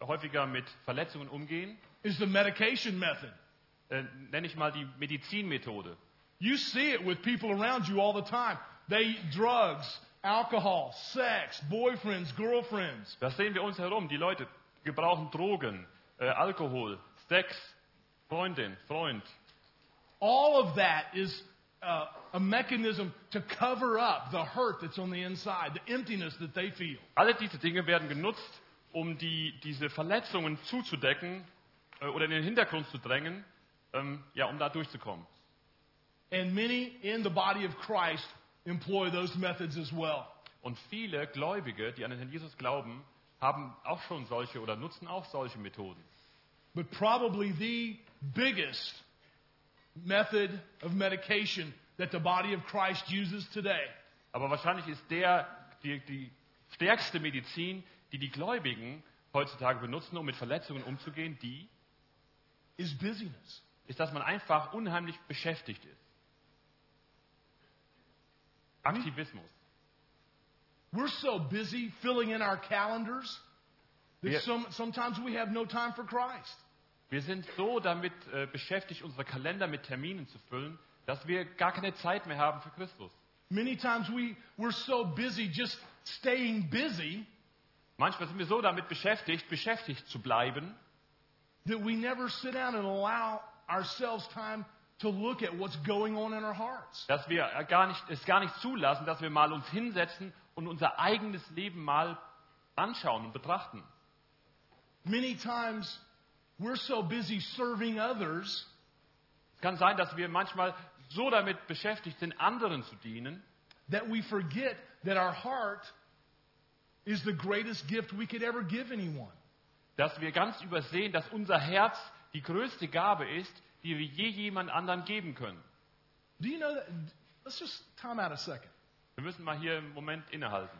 häufiger mit Verletzungen umgehen,
is the medication method.
äh, nenne ich mal die Medizinmethode.
You see it with people around you all the time. They drugs, alcohol, sex, boyfriends, girlfriends.
Das sehen wir uns herum. Die Leute gebrauchen Drogen, äh, Alkohol, Sex, Freundin, Freund.
All of that is uh, a mechanism to cover up the hurt that's on the inside, the emptiness that they feel.
Alle diese Dinge werden genutzt, um die, diese Verletzungen zuzudecken äh, oder in den Hintergrund zu drängen, ähm, ja, um da durchzukommen.
And many in the body of Christ employ those methods as well.
Und viele Gläubige, die an den Herrn Jesus glauben, haben auch schon solche oder nutzen auch solche Methoden.
But probably the biggest method of medication that the body of Christ uses today
Aber wahrscheinlich ist der die, die stärkste Medizin, die die Gläubigen heutzutage benutzen, um mit Verletzungen umzugehen, die
is busyness.
ist, dass man einfach unheimlich beschäftigt ist. Aktivismus.
We're so busy filling in our calendars that
Yeah.
some, sometimes we have no time for Christ.
Wir sind so damit äh, beschäftigt, unsere Kalender mit Terminen zu füllen, dass wir gar keine Zeit mehr haben für Christus.
Many times we, we're so busy just staying busy
Manchmal sind wir so damit beschäftigt, beschäftigt zu bleiben,
that we never sit down and allow ourselves time to look at what's going on in our hearts.
dass wir äh, gar nicht, es gar nicht zulassen, dass wir mal uns hinsetzen und unser eigenes Leben mal anschauen und betrachten.
Many times we're so busy serving others
Es kann sein, dass wir manchmal so damit beschäftigt sind, anderen zu dienen,
that we forget that our heart is the greatest gift we could ever give anyone.
dass wir ganz übersehen, dass unser Herz die größte Gabe ist, die wir je jemand anderen geben können.
Do you know that? Let's just time out a second.
Wir müssen mal hier im Moment innehalten.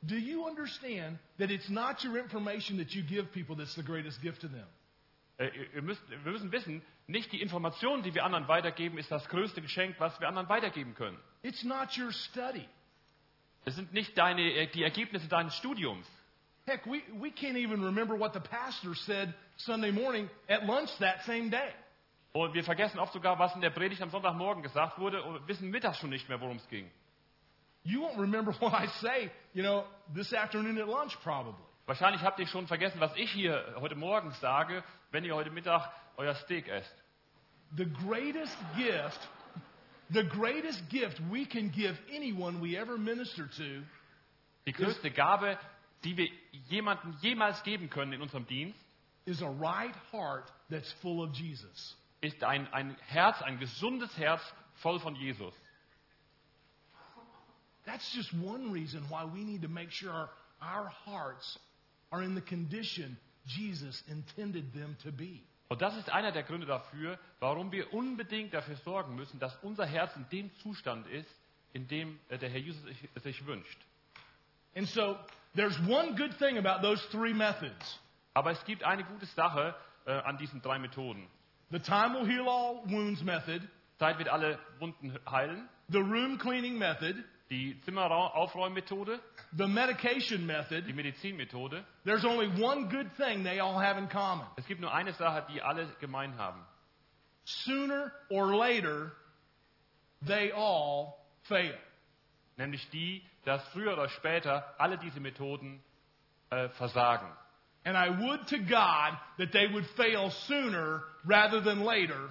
Do you understand that it's not your information that you give people that's the greatest gift to them?
Äh, ihr- ihr müsst, wir müssen wissen, nicht die Information, die wir anderen weitergeben, ist das größte Geschenk, was wir anderen weitergeben können.
It's not your study.
Es sind nicht deine, äh, die Ergebnisse deines Studiums.
Heck, we, we can't even remember what the pastor said Sunday morning at lunch that same day.
Und wir vergessen oft sogar, was in der Predigt am Sonntagmorgen gesagt wurde und wissen mittags schon nicht mehr, worum es ging.
You won't remember what I say, you know, this afternoon at lunch probably.
Wahrscheinlich habt ihr schon vergessen, was ich hier heute Morgen sage, wenn ihr heute Mittag euer Steak esst.
The greatest gift, the greatest gift we can give anyone we ever minister to
Die größte Gabe, die wir jemandem jemals geben können in unserem Dienst,
is a right heart that's full of Jesus.
ist ein, ein Herz, ein gesundes Herz voll von Jesus.
That's just one reason why we need to make sure our, our hearts are in the condition Jesus intended them to be.
Und das ist einer der Gründe dafür, warum wir unbedingt dafür sorgen müssen, dass unser Herz in dem Zustand ist, in dem äh, der Herr Jesus sich, sich wünscht.
And so there's one good thing about those three methods.
Aber es gibt eine gute Sache äh, an diesen drei Methoden.
The time will heal all wounds method,
Zeit wird alle Wunden heilen,
the room cleaning method,
die Zimmeraufräummethode,
the medication
die
method.
Medizinmethode.
There's only one good thing they all have in common.
Es gibt nur eine Sache, die alle gemein haben.
Sooner or later, they all fail.
Nämlich die, dass früher oder später alle diese Methoden äh, versagen.
And I would to God that they would fail sooner rather than later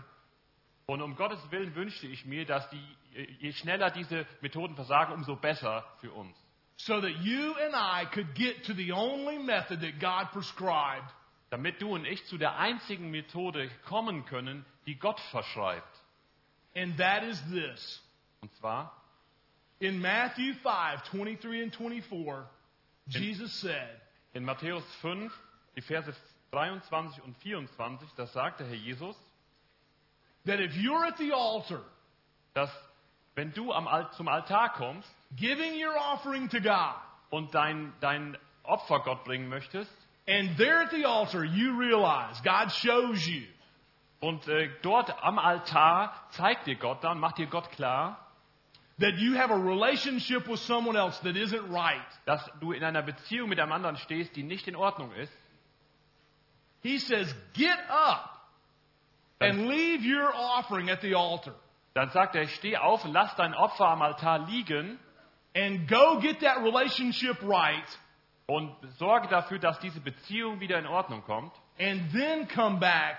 Und um Gottes Willen wünschte ich mir, dass die, äh, je schneller diese Methoden versagen, umso besser für uns.
so that you and I could get to the only method that God prescribed
Damit du und ich zu der einzigen Methode kommen können, die Gott verschreibt.
And that is this.
Und zwar,
In Matthew 5, 23 and 24, Jesus said,
In Matthäus 5, die Verse 23 und 24, das sagte Herr Jesus,
that if you're at the altar
dass wenn du am, Al- zum Altar kommst
giving your offering to God,
und dein, dein Opfer Gott bringen möchtest
and there at the altar you realize God shows you
und äh, dort am Altar zeigt dir Gott dann, macht dir Gott klar,
that you have a relationship with someone else that isn't right,
dass du in einer Beziehung mit einem anderen stehst, die nicht in Ordnung ist,
he says, get up and leave your offering at the altar
dann sagt er, steh auf und lass dein Opfer am Altar liegen
and go get that relationship right
und sorge dafür, dass diese Beziehung wieder in Ordnung kommt
and then come back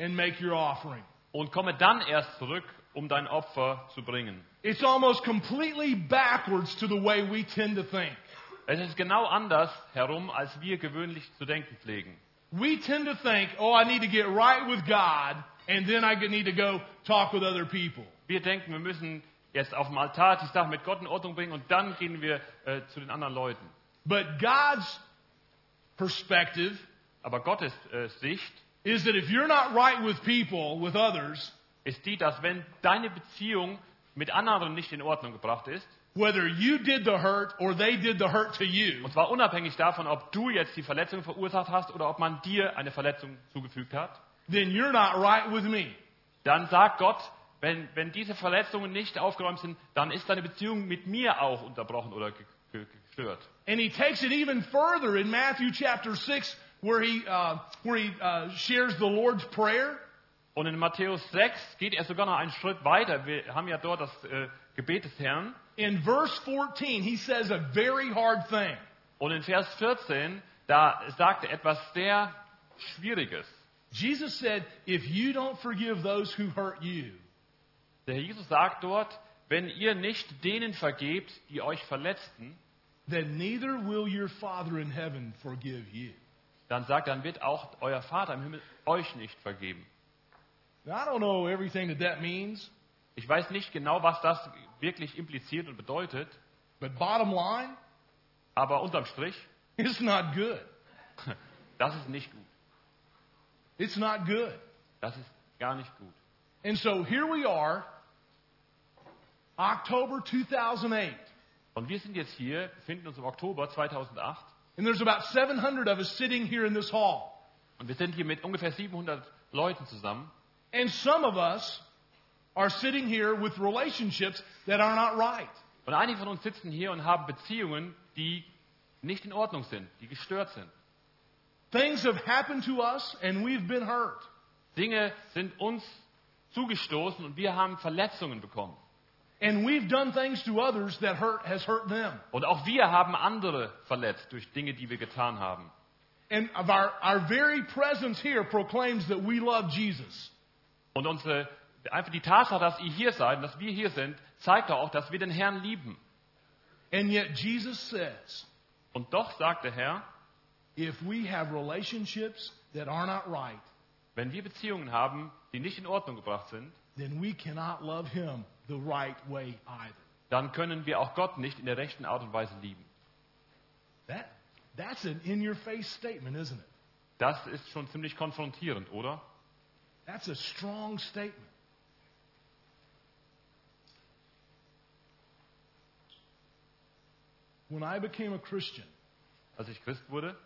and make your offering.
und komme dann erst zurück, um dein Opfer zu bringen.
It's almost completely backwards to the way we tend to think.
Es ist genau anders herum, als wir gewöhnlich zu denken pflegen.
We tend to think, oh, I need to get right with God, and then I need to go talk with other people.
Wir denken, wir müssen jetzt auf dem Altar die Sache mit Gott in Ordnung bringen und dann gehen wir äh, zu den anderen Leuten.
But God's perspective
Aber Gottes äh, Sicht
is that if you're not right with people, with others,
ist die, dass wenn deine Beziehung mit anderen nicht in Ordnung gebracht ist,
whether you did the hurt or they did the hurt to you,
und zwar unabhängig davon, ob du jetzt die Verletzung verursacht hast oder ob man dir eine Verletzung zugefügt hat,
then you're not right with me.
dann sagt Gott, wenn, wenn diese Verletzungen nicht aufgeräumt sind, dann ist deine Beziehung mit mir auch unterbrochen oder ge- ge- gestört.
And he takes it even further in Matthew chapter 6, where he, uh, where he uh, shares the Lord's Prayer.
Und in Matthäus 6 geht er sogar noch einen Schritt weiter. Wir haben ja dort das äh, Gebet des Herrn.
In verse 14, he says a very hard thing.
Und in Vers 14, da sagt er etwas sehr Schwieriges.
Jesus said, If you don't forgive those who hurt you,
Der Herr Jesus sagt dort, wenn ihr nicht denen vergebt, die euch verletzten,
then neither will your Father in heaven forgive you.
dann sagt, er, dann wird auch euer Vater im Himmel euch nicht vergeben.
Now, I don't know everything that that means,
Ich weiß nicht genau, was das wirklich impliziert und bedeutet,
but bottom line,
aber unterm Strich,
it's not good.
das ist nicht gut.
It's not good.
Das ist gar nicht gut.
And so here we are, October 2008,
Und wir sind jetzt hier, befinden uns im Oktober 2008
and there's about 700 of us sitting here in this hall.
Und wir sind hier mit ungefähr 700 Leuten zusammen.
And some of us are sitting here with relationships that are not right.
Und einige von uns sitzen hier und haben Beziehungen, die nicht in Ordnung sind, die gestört sind.
Things have happened to us, and we've been hurt.
Dinge sind uns zugestoßen und wir haben Verletzungen bekommen.
And we've done things to others that hurt has hurt them.
Und auch wir haben andere verletzt durch Dinge, die wir getan haben.
And of our, our very presence here proclaims that we love Jesus.
Und unsere, einfach die Tatsache, dass ihr hier seid und dass wir hier sind, zeigt doch auch, dass wir den Herrn lieben.
And yet Jesus says,
Und doch sagt der Herr,
if we have relationships that are not right,
wenn wir Beziehungen haben, die nicht in Ordnung gebracht sind,
then we cannot love him the right way either.
dann können wir auch Gott nicht in der rechten Art und Weise lieben.
That That's an in your face statement, isn't it?
Das ist schon ziemlich konfrontierend, oder?
That's a strong statement. When I became a Christian,
Als ich Christ wurde,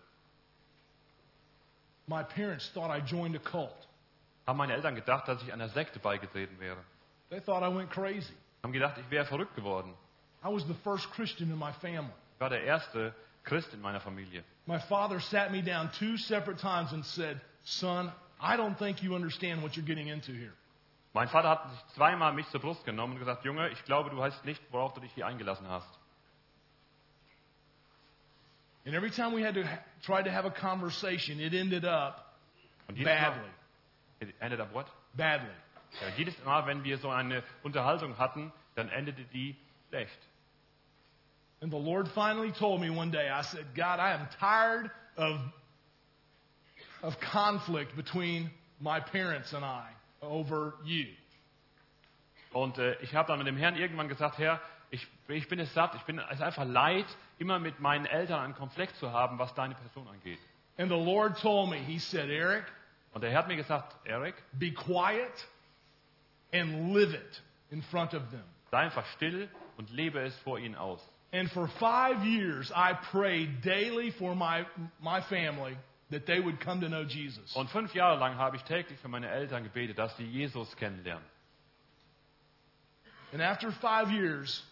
my parents thought I joined a cult.
haben meine Eltern gedacht, dass ich einer Sekte beigetreten wäre.
They thought I went crazy.
Haben gedacht, ich wäre verrückt geworden.
I was the first Christian in my family.
Ich war der erste Christ in meiner Familie.
My father sat me down two separate times and said, Son, I don't think you understand what you're getting into here.
Mein Vater hat sich zweimal mich zur Brust genommen und gesagt, Junge, ich glaube, du weißt nicht, worauf du dich hier eingelassen hast.
And every time we had to ha- try to have a conversation, it ended up
Und jedes
badly.
Mal, äh, It ended up what?
Badly.
Ja, jedes Mal, wenn wir so eine Unterhaltung hatten, dann endete die schlecht.
And the Lord finally told me one day, I said, God, I am tired of, of conflict between my parents and I over you.
Und äh, ich habe dann mit dem Herrn irgendwann gesagt, Herr, ich, ich bin es satt, ich bin es einfach leid, immer mit meinen Eltern einen Konflikt zu haben, was deine Person angeht.
And the Lord told me, He said, Eric,
Und der Herr hat mir gesagt, Eric,
be quiet and live it in front of them.
sei einfach still und lebe es vor ihnen aus.
And for five years, I prayed daily for my, my family that they would come to know Jesus.
Und fünf Jahre lang habe ich täglich für meine Eltern gebetet, dass sie Jesus kennenlernen.
And after five years,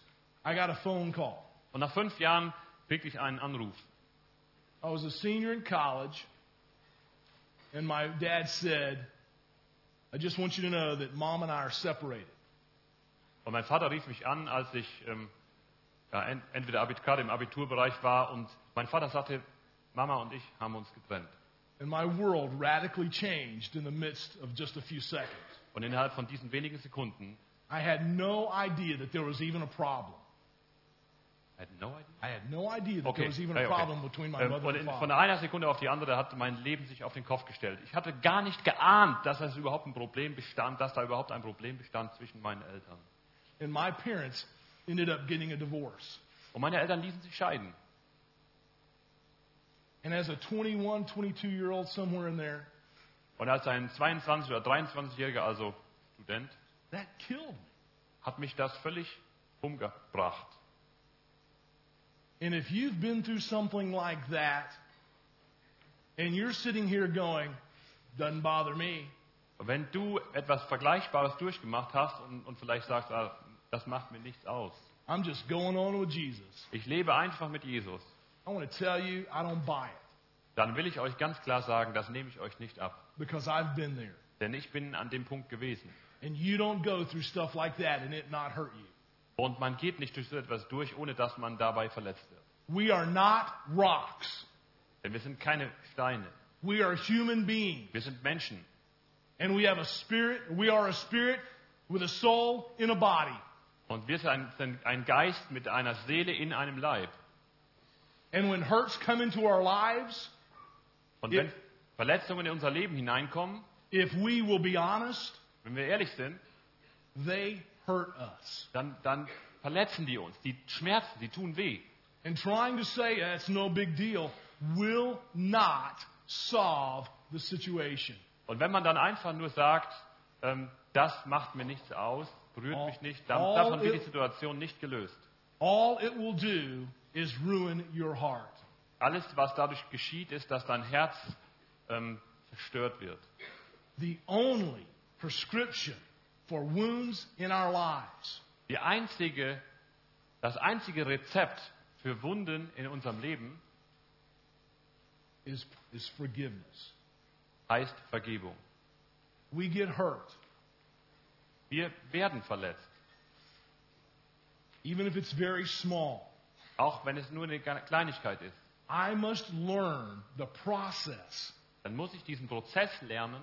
I got a phone call.
Und nach fünf Jahren kriegte ich einen Anruf.
I was a senior in college, and my dad said, I just want you to know that mom and I are separated.
Und mein Vater rief mich an, als ich ähm, ja, en- entweder Abit gerade im Abiturbereich war. Und mein Vater sagte, Mama und ich haben uns getrennt.
And my world radically changed in the midst of just a few seconds.
Und innerhalb von diesen wenigen Sekunden,
I had no idea that there was even a problem.
I had no idea.
I had no idea that
Okay,
there was even
hey,
a
okay.
problem between my
Ähm,
mother
und
and
in, von
father.
einer Sekunde auf die andere hat mein Leben sich auf den Kopf gestellt. Ich hatte gar nicht geahnt, dass es überhaupt ein Problem bestand, dass da überhaupt ein Problem bestand zwischen meinen Eltern.
And my parents ended up getting a divorce.
Und meine Eltern ließen sich scheiden.
And as a 21, 22 year old, somewhere in there,
Und als ein 22- oder 23-Jähriger, also Student,
that killed me.
hat mich das völlig umgebracht.
And if you've been through something like that, and you're sitting here going, doesn't bother me,
Und wenn du etwas Vergleichbares durchgemacht hast und, und vielleicht sagst, ah, das macht mir nichts aus.
I'm just going on with Jesus,
Ich lebe einfach mit Jesus.
I want to tell you, I don't buy it
Dann will ich euch ganz klar sagen, das nehme ich euch nicht ab.
because I've been there.
Denn ich bin an dem Punkt gewesen.
And you don't go through stuff like that and it not hurt you.
Und man geht nicht durch so etwas durch, ohne dass man dabei verletzt wird.
We are not rocks,
Denn wir sind keine Steine.
we are human beings.
Wir sind Menschen.
And we have a spirit, we are a spirit with a soul in a body.
Und wir sind ein, sind ein Geist mit einer Seele in einem Leib.
And when hurts come into our lives,
Und
Ja.
wenn Verletzungen in unser Leben hineinkommen,
if we will be honest,
wenn wir ehrlich sind,
they hurt us.
dann, dann verletzen die uns. Die schmerzen, die tun weh.
And trying to say that's no big deal will not solve the situation.
Und wenn man dann einfach nur sagt, ähm, das macht mir nichts aus, berührt
All-
mich nicht, dann,
all
davon wird
it-
die Situation nicht gelöst.
All it will do is ruin your heart.
Alles, was dadurch geschieht, ist, dass dein Herz ähm, zerstört wird.
The only prescription for wounds in our lives
Die einzige, das einzige Rezept für Wunden in unserem Leben
is, is forgiveness.
heißt Vergebung.
We get hurt,
Wir werden verletzt,
even if it's very small.
auch wenn es nur eine Kleinigkeit ist.
I must learn the process
Dann muss ich diesen Prozess lernen,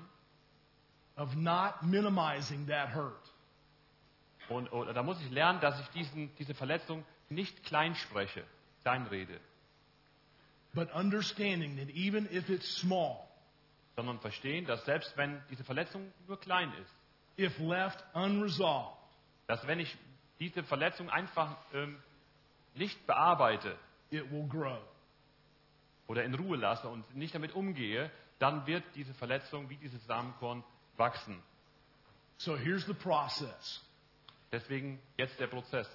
of not minimizing that hurt.
Und, oder da muss ich lernen, dass ich diesen, diese Verletzung nicht klein spreche, klein rede,
but understanding that even if it's small,
sondern verstehen, dass selbst wenn diese Verletzung nur klein ist,
if left unresolved,
dass wenn ich diese Verletzung einfach ähm, nicht bearbeite,
it will grow.
oder in Ruhe lasse und nicht damit umgehe, dann wird diese Verletzung wie dieses Samenkorn wachsen.
So here's the process.
Deswegen jetzt der Prozess.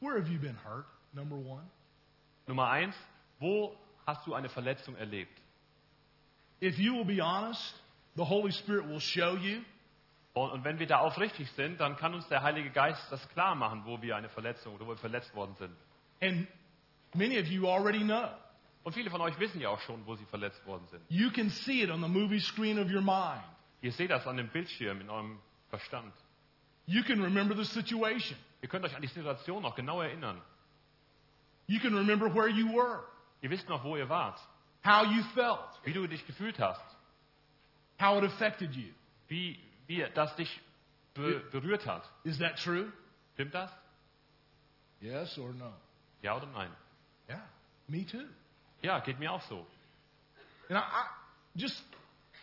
Where have you been hurt? Number one.
Nummer eins, wo hast du eine Verletzung erlebt?
If you will be honest, the Holy Spirit will show you.
Und, und wenn wir da aufrichtig sind, dann kann uns der Heilige Geist das klar machen, wo wir eine Verletzung oder wo wir verletzt worden sind.
And many of you already know.
Und viele von euch wissen ja auch schon, wo sie verletzt worden sind.
You can see it on the movie screen of your mind.
Ihr seht das an dem Bildschirm in eurem Verstand.
You can remember the situation.
Ihr könnt euch an die Situation noch genau erinnern.
You can remember where you were,
Ihr wisst noch, wo ihr wart,
how you felt,
wie du dich gefühlt hast,
how it affected you.
wie, wie das dich be berührt hat.
Is that true?
Stimmt das?
Yes or no?
Ja oder nein?
Yeah, me too.
Ja, geht mir auch so.
And I, I just,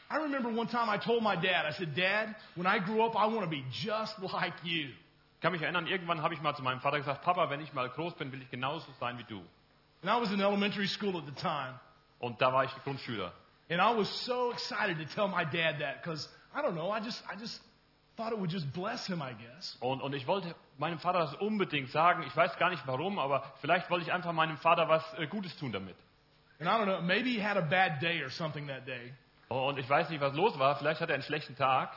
I remember one time I told my dad, I said, Dad, when I grow up, I want to be just like you.
Ich kann mich erinnern, irgendwann habe ich mal zu meinem Vater gesagt, Papa, wenn ich mal groß bin, will ich genauso sein wie du.
And I was in elementary school at the time,
Und da war ich Grundschüler.
and I was so excited to tell my dad that because I don't know, I just, I just thought it would just bless him, I guess.
Und, und ich wollte meinem Vater das unbedingt sagen. Ich weiß gar nicht warum, aber vielleicht wollte ich einfach meinem Vater was äh, Gutes tun damit.
And I don't know, maybe he had a bad day or something that day,
Und ich weiß nicht, was los war. Vielleicht hatte er einen schlechten Tag.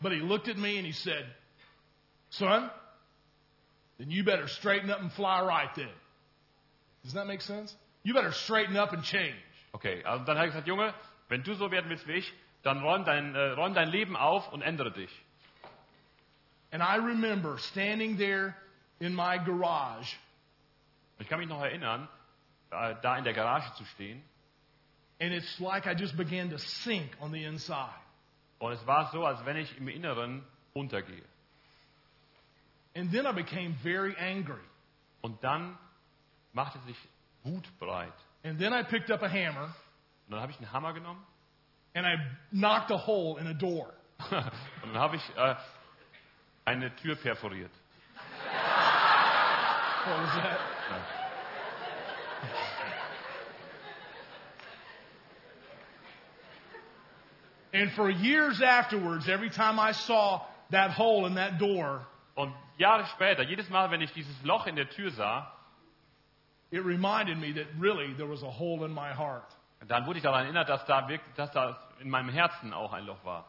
but he looked at me and he said, Son, then you better straighten up and fly right then. Does that make sense? You better straighten up and change.
Okay, also dann habe ich gesagt, Junge, wenn du so werden willst wie ich, dann räum dein, äh, räum dein Leben auf und ändere dich.
And I remember standing there in my garage
Und ich kann mich noch erinnern, äh, da in der Garage zu stehen.
and it's like I just began to sink on the inside.
Und es war so, als wenn ich im Inneren untergehe.
And then I became very angry.
Und dann machte sich Wut breit.
And then I picked up a hammer
Und dann habe ich einen Hammer genommen
and I knocked a hole in a door.
und dann habe ich äh, eine Tür perforiert.
What was that? and for years afterwards, every time I saw that hole in that door,
Und Jahre später, jedes Mal, wenn ich dieses Loch in der Tür sah,
it reminded me that really there was a hole in my heart.
dann wurde ich daran erinnert, dass da, wirklich, dass da in meinem Herzen auch ein Loch war.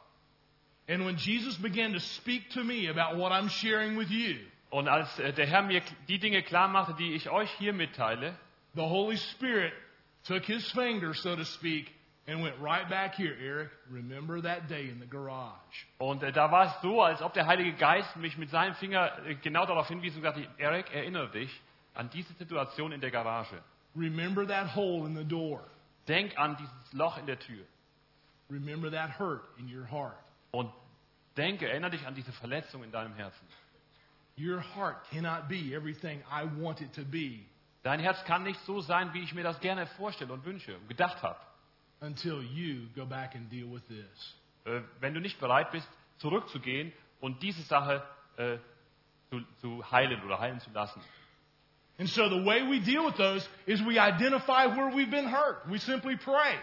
And when Jesus began to speak to me about what I'm sharing with you,
Und als äh, der Herr mir die Dinge klar machte, die ich euch hier mitteile,
the Holy Spirit took his finger, so to speak, and went right back here. Eric, remember that day in the garage.
und äh, da war es so, als ob der Heilige Geist mich mit seinem Finger äh, genau darauf hinwies und sagte, Erik, erinnere dich an diese Situation in der Garage.
Remember that hole in the door.
Denk an dieses Loch in der Tür
Remember that hurt in your heart.
und denke, erinnere dich an diese Verletzung in deinem Herzen.
Your heart cannot be everything I want it to be
Dein Herz kann nicht so sein, wie ich mir das gerne vorstelle und wünsche und gedacht habe.
until you go back and deal with this.
äh, wenn du nicht bereit bist, zurückzugehen und diese Sache äh, zu, zu heilen oder heilen zu lassen.
And so the way we deal with those is we identify where we've been hurt. We simply pray.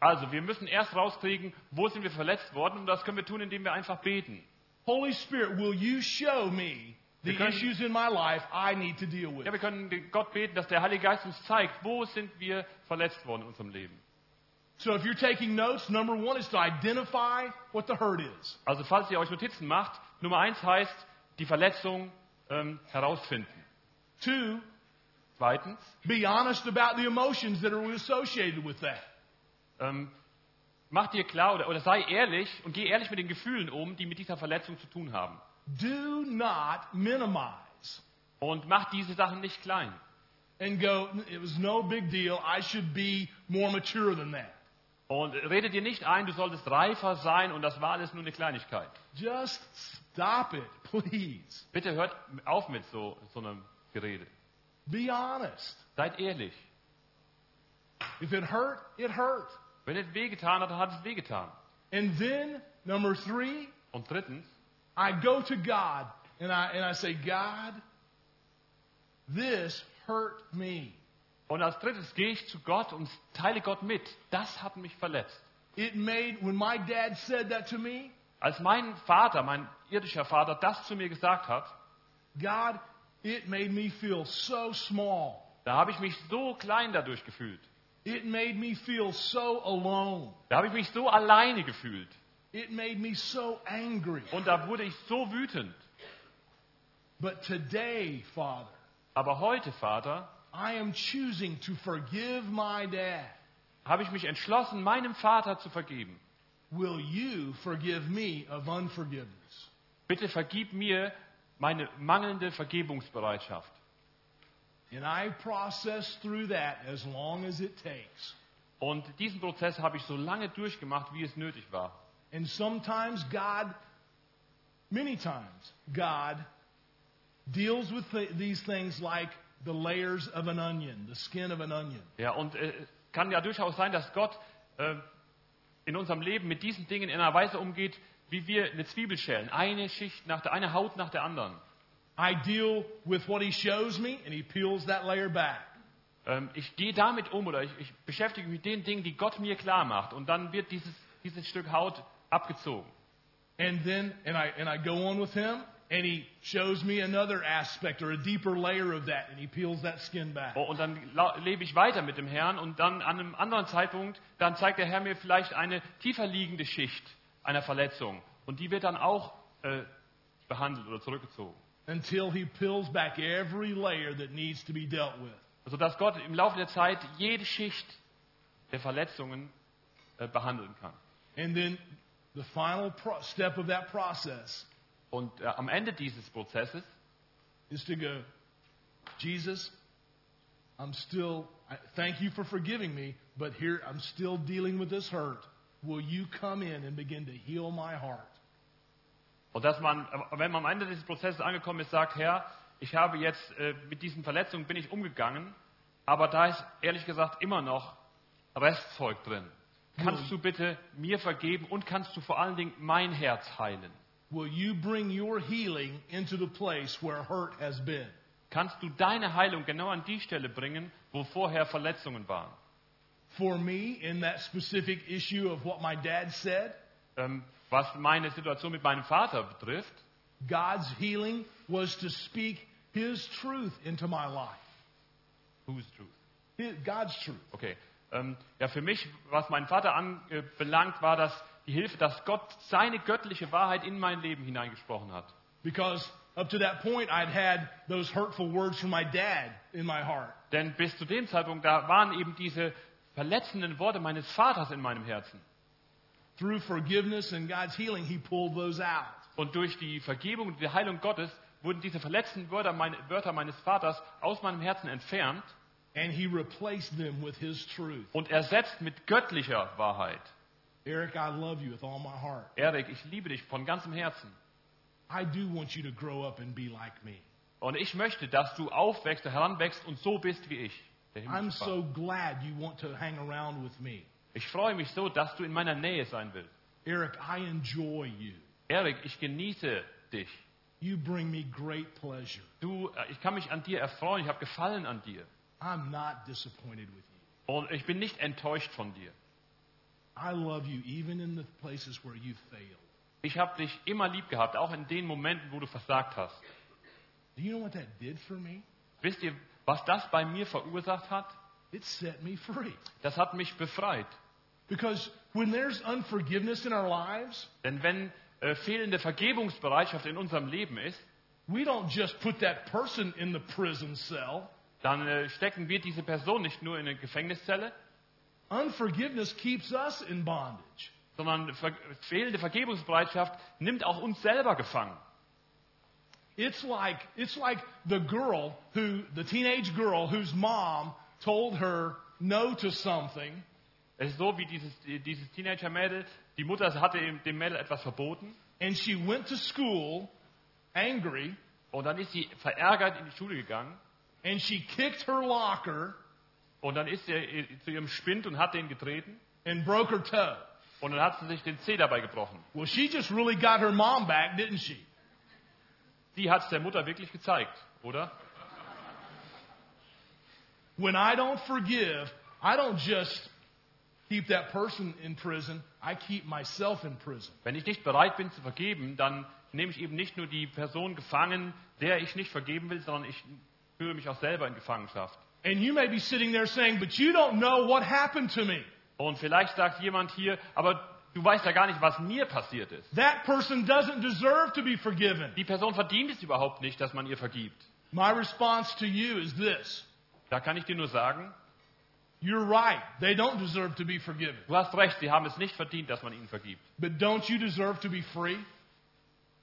Also, wir müssen erst rauskriegen, wo sind wir verletzt worden, und das können wir tun, indem wir einfach beten.
Holy Spirit, will you show me the
Because-
issues in my life I need to deal with?
Ja, wir können Gott beten, dass der Heilige Geist uns zeigt, wo sind wir verletzt worden in unserem Leben.
So if you're taking notes, number one is to identify what the hurt is.
Also, falls ihr euch Notizen macht, Nummer eins heißt, die Verletzung ähm, herausfinden.
Two,
Zweitens,
be honest about the emotions that are associated with that.
ähm, mach dir klar oder, oder sei ehrlich und geh ehrlich mit den Gefühlen um, die mit dieser Verletzung zu tun haben.
Do not minimize
Und mach diese Sachen nicht klein.
and go, it was no big deal. I should be more mature than that.
Und rede dir nicht ein, du solltest reifer sein und das war alles nur eine Kleinigkeit.
Just stop it, please.
Bitte hört auf mit so, so einem Gerede.
Be honest.
Seid ehrlich.
If it hurt, it hurt.
Wenn es wehgetan hat, dann hat es wehgetan.
And then, number three,
Und drittens,
I go to God and I, and I say, God, this hurt me.
Und als drittes gehe ich zu Gott und teile Gott mit. Das hat mich verletzt.
It made, when my dad said that to me,
Als mein Vater, mein irdischer Vater, das zu mir gesagt hat,
God, it made me feel so small.
da habe ich mich so klein dadurch gefühlt.
It made me feel so alone.
Da habe ich mich so alleine gefühlt.
It made me so angry.
Und da wurde ich so wütend.
But today, Father,
Aber heute, Vater,
I am choosing to forgive my dad.
habe ich mich entschlossen, meinem Vater zu vergeben.
Will you forgive me of unforgiveness?
Bitte vergib mir meine mangelnde Vergebungsbereitschaft.
And I process through that as long as it takes.
Und diesen Prozess habe ich so lange durchgemacht, wie es nötig war.
And sometimes God, many times, God deals with th- these things like the layers of an onion, the skin of an onion.
Ja, und äh, kann ja durchaus sein, dass Gott äh, in unserem Leben mit diesen Dingen in einer Weise umgeht, wie wir eine Zwiebel schälen. Eine Schicht nach der, eine Haut nach der anderen.
I deal with what he shows me, and he peels that layer back.
Ähm, ich gehe damit um oder ich, ich beschäftige mich mit den Dingen, die Gott mir klar macht. Und dann wird dieses, dieses Stück Haut abgezogen.
And then, and I, and I go on with him, and he shows me another aspect or a deeper layer of that, and he peels that skin back.
Oh, und dann la- lebe ich weiter mit dem Herrn und dann an einem anderen Zeitpunkt, dann zeigt der Herr mir vielleicht eine tiefer liegende Schicht einer Verletzung. Und die wird dann auch äh, behandelt oder zurückgezogen.
Until he peels back every layer that needs to be dealt with.
sodass Also, Gott im Laufe der Zeit jede Schicht der Verletzungen äh, behandeln kann.
And then the final pro- step of that process
Und äh, am Ende dieses Prozesses
is to go, Jesus, I'm still, I, thank you for forgiving me, but here I'm still dealing with this hurt. Will you come in and begin to heal my heart?
Und dass man, äh, wenn man am Ende dieses Prozesses angekommen ist, sagt, Herr, ich habe jetzt äh, mit diesen Verletzungen bin ich umgegangen, aber da ist ehrlich gesagt immer noch Restzeug drin. Kannst du bitte mir vergeben und kannst du vor allen Dingen mein Herz heilen?
Will you bring your healing into the place where hurt has been?
Kannst du deine Heilung genau an die Stelle bringen, wo vorher Verletzungen waren?
For me, in that specific issue of what my dad said,
Ähm, was meine Situation mit meinem Vater betrifft,
God's healing was to speak His truth into my life.
whose truth?
His- God's truth.
Okay. Ähm, ja, für mich, was meinen Vater anbelangt, war das die Hilfe, dass Gott seine göttliche Wahrheit in mein Leben hineingesprochen hat.
Because up to that point, I'd had those hurtful words from my dad in my heart.
Denn bis zu dem Zeitpunkt, da waren eben diese verletzenden Worte meines Vaters in meinem Herzen.
Through forgiveness and God's healing, He pulled those out.
Und durch die Vergebung und die Heilung Gottes wurden diese verletzten Wörter, meine, Wörter meines Vaters aus meinem Herzen entfernt
And He replaced them with His truth.
und ersetzt mit göttlicher Wahrheit.
Eric, I love you with all my heart.
Erik, ich liebe dich von ganzem Herzen.
I do want you to grow up and be like me.
Und ich möchte, dass du aufwächst, heranwächst und so bist wie ich. Der
I'm
himmlische Vater.
so glad you want to hang around with me.
Ich freue mich so, dass du in meiner Nähe sein willst.
Eric, I enjoy you.
Erik, ich genieße dich.
You bring me great pleasure.
Du, äh, ich kann mich an dir erfreuen. Ich habe Gefallen an dir.
I'm not disappointed with you.
Und ich bin nicht enttäuscht von dir.
I love you even in the places where you failed.
Ich habe dich immer lieb gehabt, auch in den Momenten, wo du versagt hast.
Do you know what that did for me?
Wisst ihr, was das bei mir verursacht hat?
It set me free.
Das hat mich befreit.
Because when there's unforgiveness in our lives,
Denn wenn äh, fehlende Vergebungsbereitschaft in unserem Leben ist,
we don't just put that person in the prison cell.
dann äh, stecken wir diese Person nicht nur in eine Gefängniszelle,
Unforgiveness keeps us in bondage.
sondern ver fehlende Vergebungsbereitschaft nimmt auch uns selber gefangen.
It's like it's like the girl who the teenage girl whose mom told her no to something
Es ist so wie dieses, dieses Teenager-Mädel, die Mutter hatte ihm- dem Mädel etwas verboten
and she went to school angry
und dann ist sie verärgert in die Schule gegangen
and she kicked her locker
und dann ist sie äh, zu ihrem Spind und hat den getreten
and broke her toe.
und dann hat sie sich den Zeh dabei gebrochen.
Well, she just really got her mom back, didn't she?
Die hat es der Mutter wirklich gezeigt, oder?
When I don't forgive, I don't just keep that person in prison, I keep myself in prison.
Wenn ich nicht bereit bin zu vergeben, dann nehme ich eben nicht nur die Person gefangen, der ich nicht vergeben will, sondern ich führe mich auch selber in Gefangenschaft.
And you may be sitting there saying, But you don't know what happened to me.
Und vielleicht sagt jemand hier, aber du weißt ja gar nicht, was mir passiert ist.
That person doesn't deserve to be forgiven.
Die Person verdient es überhaupt nicht, dass man ihr vergibt.
My response to you is this
Da kann ich dir nur sagen,
You're right. They don't deserve to be forgiven.
du hast recht, sie haben es nicht verdient, dass man ihnen vergibt.
But don't you deserve to be free?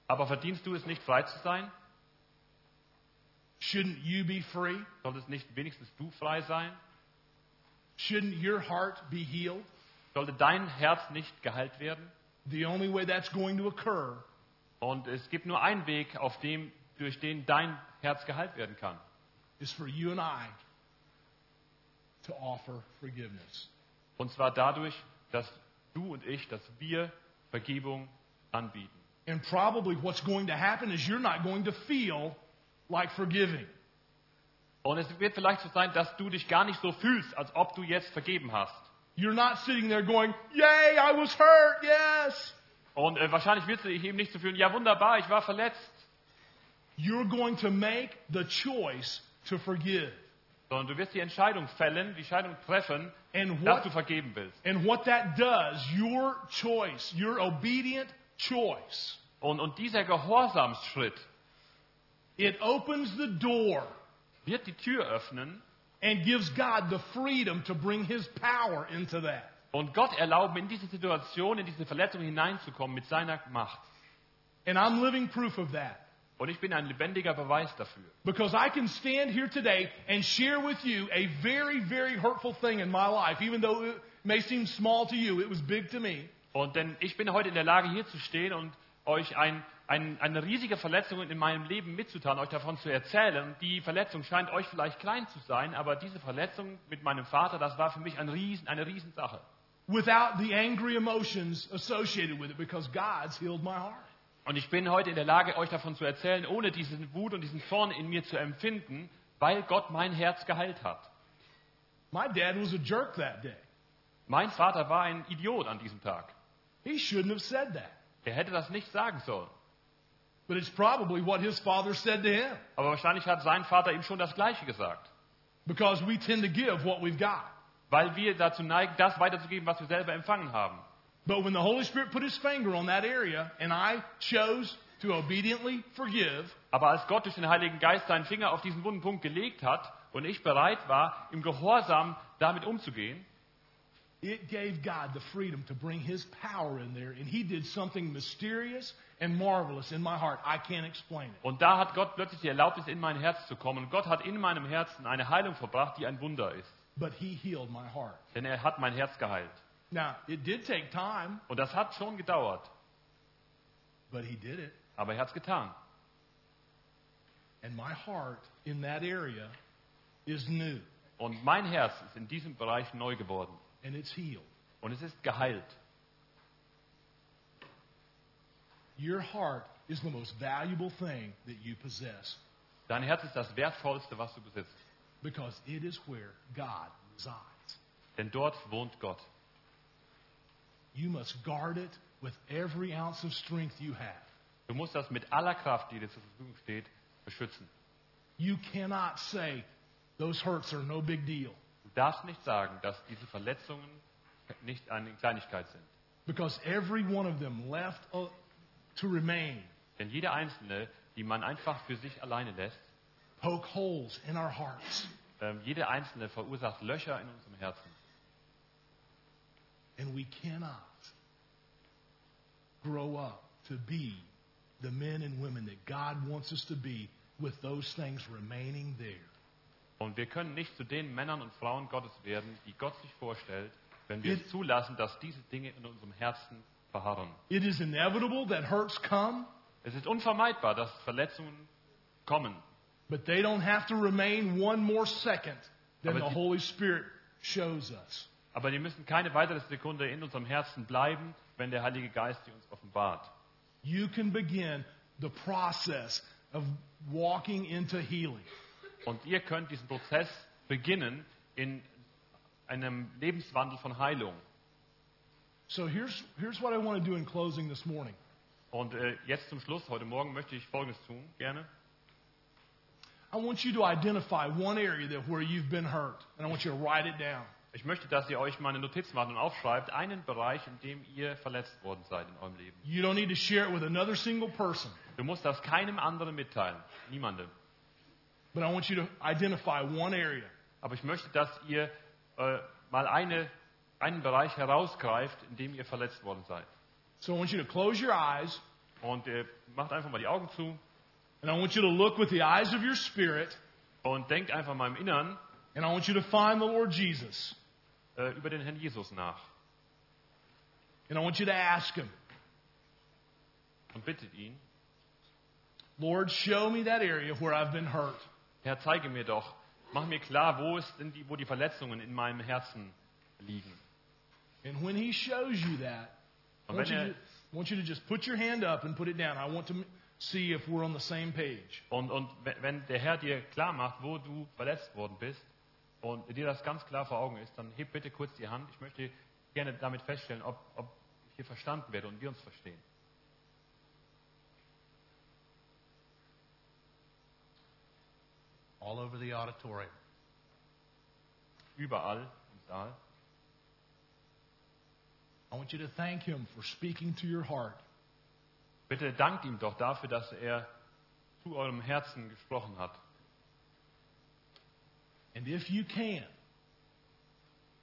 Aber verdienst du es nicht, frei zu sein?
Shouldn't you be free?
Soll es nicht wenigstens du frei sein?
Shouldn't your heart be healed?
Sollte dein Herz nicht geheilt werden?
The only way that's going to occur
Und es gibt nur einen Weg, auf dem, durch den dein Herz geheilt werden kann.
is for you and I to offer forgiveness.
Und zwar dadurch, dass du und ich, dass wir Vergebung anbieten.
And probably what's going to happen is you're not going to feel like forgiving.
Und es wird vielleicht so sein, dass du dich gar nicht so fühlst, als ob du jetzt vergeben hast.
You're not sitting there going, Yay, I was hurt, yes.
Und äh, wahrscheinlich wirst du dich eben nicht so fühlen, ja wunderbar, ich war verletzt.
You're going to make the choice to forgive.
Sondern du wirst die Entscheidung fällen, die Entscheidung treffen,
And
dass
what,
du vergeben willst.
and what that does, your choice, your obedient choice,
Und, und dieser Gehorsamsschritt
it opens the door
wird die Tür öffnen
and gives God the freedom to bring His power into that.
und Gott erlauben, in diese Situation, in diese Verletzung hineinzukommen mit seiner Macht.
And I'm living proof of that.
Und ich bin ein lebendiger Beweis dafür.
Because I can stand here today and share with you a very, very hurtful thing in my life, even though it may seem small to you, it was big to me.
Und denn ich bin heute in der Lage, hier zu stehen und euch ein, ein, eine riesige Verletzung in meinem Leben mitzuteilen, euch davon zu erzählen. Und die Verletzung scheint euch vielleicht klein zu sein, aber diese Verletzung mit meinem Vater, das war für mich ein riesen, eine Riesensache.
without the angry emotions associated with it because God's healed my heart.
Und ich bin heute in der Lage, euch davon zu erzählen, ohne diesen Wut und diesen Zorn in mir zu empfinden, weil Gott mein Herz geheilt hat.
My dad was a jerk that day.
Mein Vater war ein Idiot an diesem Tag.
He shouldn't have said that.
Er hätte das nicht sagen sollen.
But it's probably what his father said to him
Aber wahrscheinlich hat sein Vater ihm schon das Gleiche gesagt.
because we tend to give what we've got.
Weil wir dazu neigen, das weiterzugeben, was wir selber empfangen haben.
But when the Holy Spirit put his finger on that area and I chose to obediently forgive,
Aber als Gott durch den Heiligen Geist seinen Finger auf diesen wunden Punkt gelegt hat und ich bereit war, im Gehorsam damit umzugehen,
it gave God the freedom to bring his power in there and he did something mysterious and marvelous in my heart. I can't explain it.
und da hat Gott plötzlich die Erlaubnis, in mein Herz zu kommen. Und Gott hat in meinem Herzen eine Heilung verbracht, die ein Wunder ist.
But he healed my heart.
Denn er hat mein Herz geheilt.
Now, it did take time,
Und das hat schon gedauert,
but he did it.
aber er hat es getan.
And my heart in that area is new
Und mein Herz ist in diesem Bereich neu geworden.
and it's healed.
Und es ist geheilt.
Your heart is the most valuable thing that you possess
Dein Herz ist das Wertvollste, was du besitzt.
because it is where God resides.
Denn dort wohnt Gott.
You must guard it with every ounce of strength you have.
Du musst das mit aller Kraft, die dir zur Verfügung steht, beschützen.
You cannot say, those hurts are no big deal
Du darfst nicht sagen, dass diese Verletzungen nicht eine Kleinigkeit sind.
because every one of them left uh, to remain
Denn jede einzelne, die man einfach für sich alleine lässt,
poke holes in our hearts.
ähm, jede einzelne verursacht Löcher in unserem Herzen.
And we cannot grow up to be the men and women that God wants us to be with those things remaining there.
Und wir können nicht zu den Männern und Frauen Gottes werden, die Gott sich vorstellt, wenn wir
Jetzt-
es zulassen, dass diese Dinge in unserem Herzen verharren.
It is inevitable that hurts come,
Es ist unvermeidbar, dass Verletzungen kommen.
but they don't have to remain one more second than
Aber
the
die-
Holy Spirit shows us.
Aber die müssen keine weitere Sekunde in unserem Herzen bleiben, wenn der Heilige Geist sie uns offenbart.
You can begin the process of walking into healing.
Und ihr könnt diesen Prozess beginnen in einem Lebenswandel von Heilung.
So here's, here's what I want to do in closing this morning.
Und äh, jetzt zum Schluss, heute Morgen, möchte ich Folgendes tun, gerne.
I want you to identify one area that where you've been hurt, and I want you to write it down.
Ich möchte, dass ihr euch mal eine Notiz macht und aufschreibt, einen Bereich, in dem ihr verletzt worden seid in eurem Leben.
You don't need to share it with another single person,
Du musst das keinem anderen mitteilen, niemandem.
but I want you to identify one area.
Aber ich möchte, dass ihr äh, mal eine, einen Bereich herausgreift, in dem ihr verletzt worden seid.
So I want you to close your eyes,
Und äh, macht einfach mal die Augen zu
and I want you to look with the eyes of your spirit,
und denkt einfach mal im Innern
and I want you to find the Lord Jesus,
äh, über den Herrn Jesus nach
and I want you to ask Him,
und bittet ihn,
Lord, show me that area where I've been hurt.
Herr, zeige mir doch, mach mir klar, wo, ist denn die, wo die Verletzungen in meinem Herzen liegen.
And when He shows you that, I
Und
want
wenn er,
you, to, I want you to just put your hand up and put it down. I want to m- see if we're on the same page.
Und, und we- wenn der Herr dir klar macht, wo du verletzt worden bist und dir das ganz klar vor Augen ist, dann heb bitte kurz die Hand. Ich möchte gerne damit feststellen, ob, ob ich hier verstanden werde und wir uns verstehen.
all over the auditorium.
Überall im Saal.
I want you to thank Him for speaking to your heart.
Bitte dankt ihm doch dafür, dass er zu eurem Herzen gesprochen hat.
And if you can,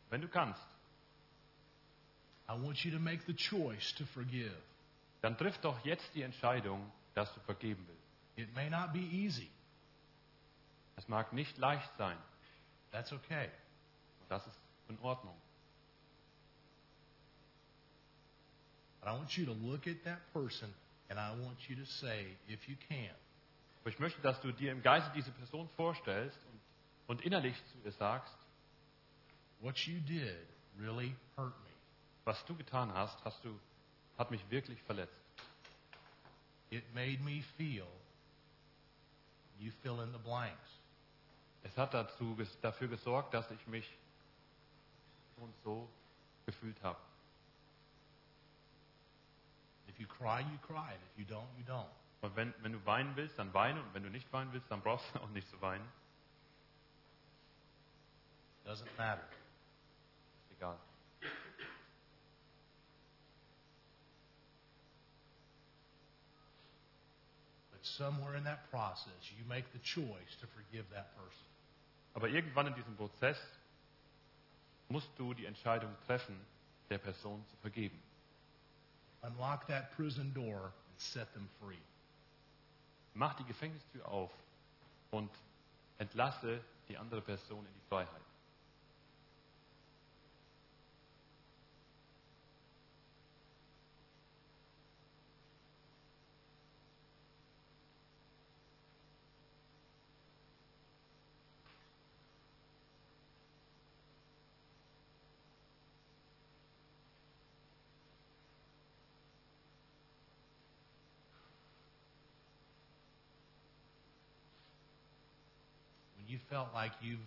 Wenn du kannst,
I want you to make the choice to forgive.
dann triff doch jetzt die Entscheidung, dass du vergeben willst.
It may not be easy.
Es mag nicht leicht sein.
That's okay.
Und das ist in Ordnung.
But I want you to look at that person and I want you to say, if you can,
Aber ich möchte, dass du dir im Geiste diese Person vorstellst und, und innerlich zu ihr sagst,
what you did really hurt me.
Was du getan hast, hast du, hat mich wirklich verletzt.
It made me feel, you fill in the blanks.
Es hat dazu, ges- dafür gesorgt, dass ich mich so und so gefühlt habe.
If you cry, you cried. If you don't, you don't.
Und wenn, wenn du weinen willst, dann weine. Und wenn du nicht weinen willst, dann brauchst du auch nicht zu weinen.
Doesn't matter.
Ist egal.
But somewhere in that process, you make the choice to forgive that person.
Aber irgendwann in diesem Prozess musst du die Entscheidung treffen, der Person zu vergeben.
Unlock that prison door and set them free.
Mach die Gefängnistür auf und entlasse die andere Person in die Freiheit.
when you felt like you've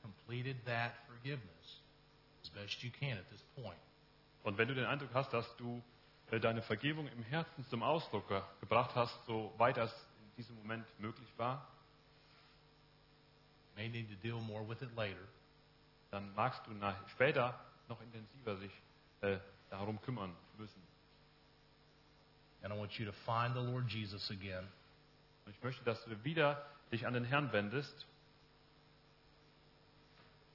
completed that forgiveness as best you can at this point,
Und wenn du den Eindruck hast, dass du äh, deine Vergebung im Herzen zum Ausdruck ge- gebracht hast, so weit das in diesem Moment möglich war,
you may need to deal more with it later.
dann magst du nach, später noch intensiver sich äh, darum kümmern müssen.
And I want you to find the Lord Jesus again
Und ich möchte, dass du wieder dich an den Herrn wendest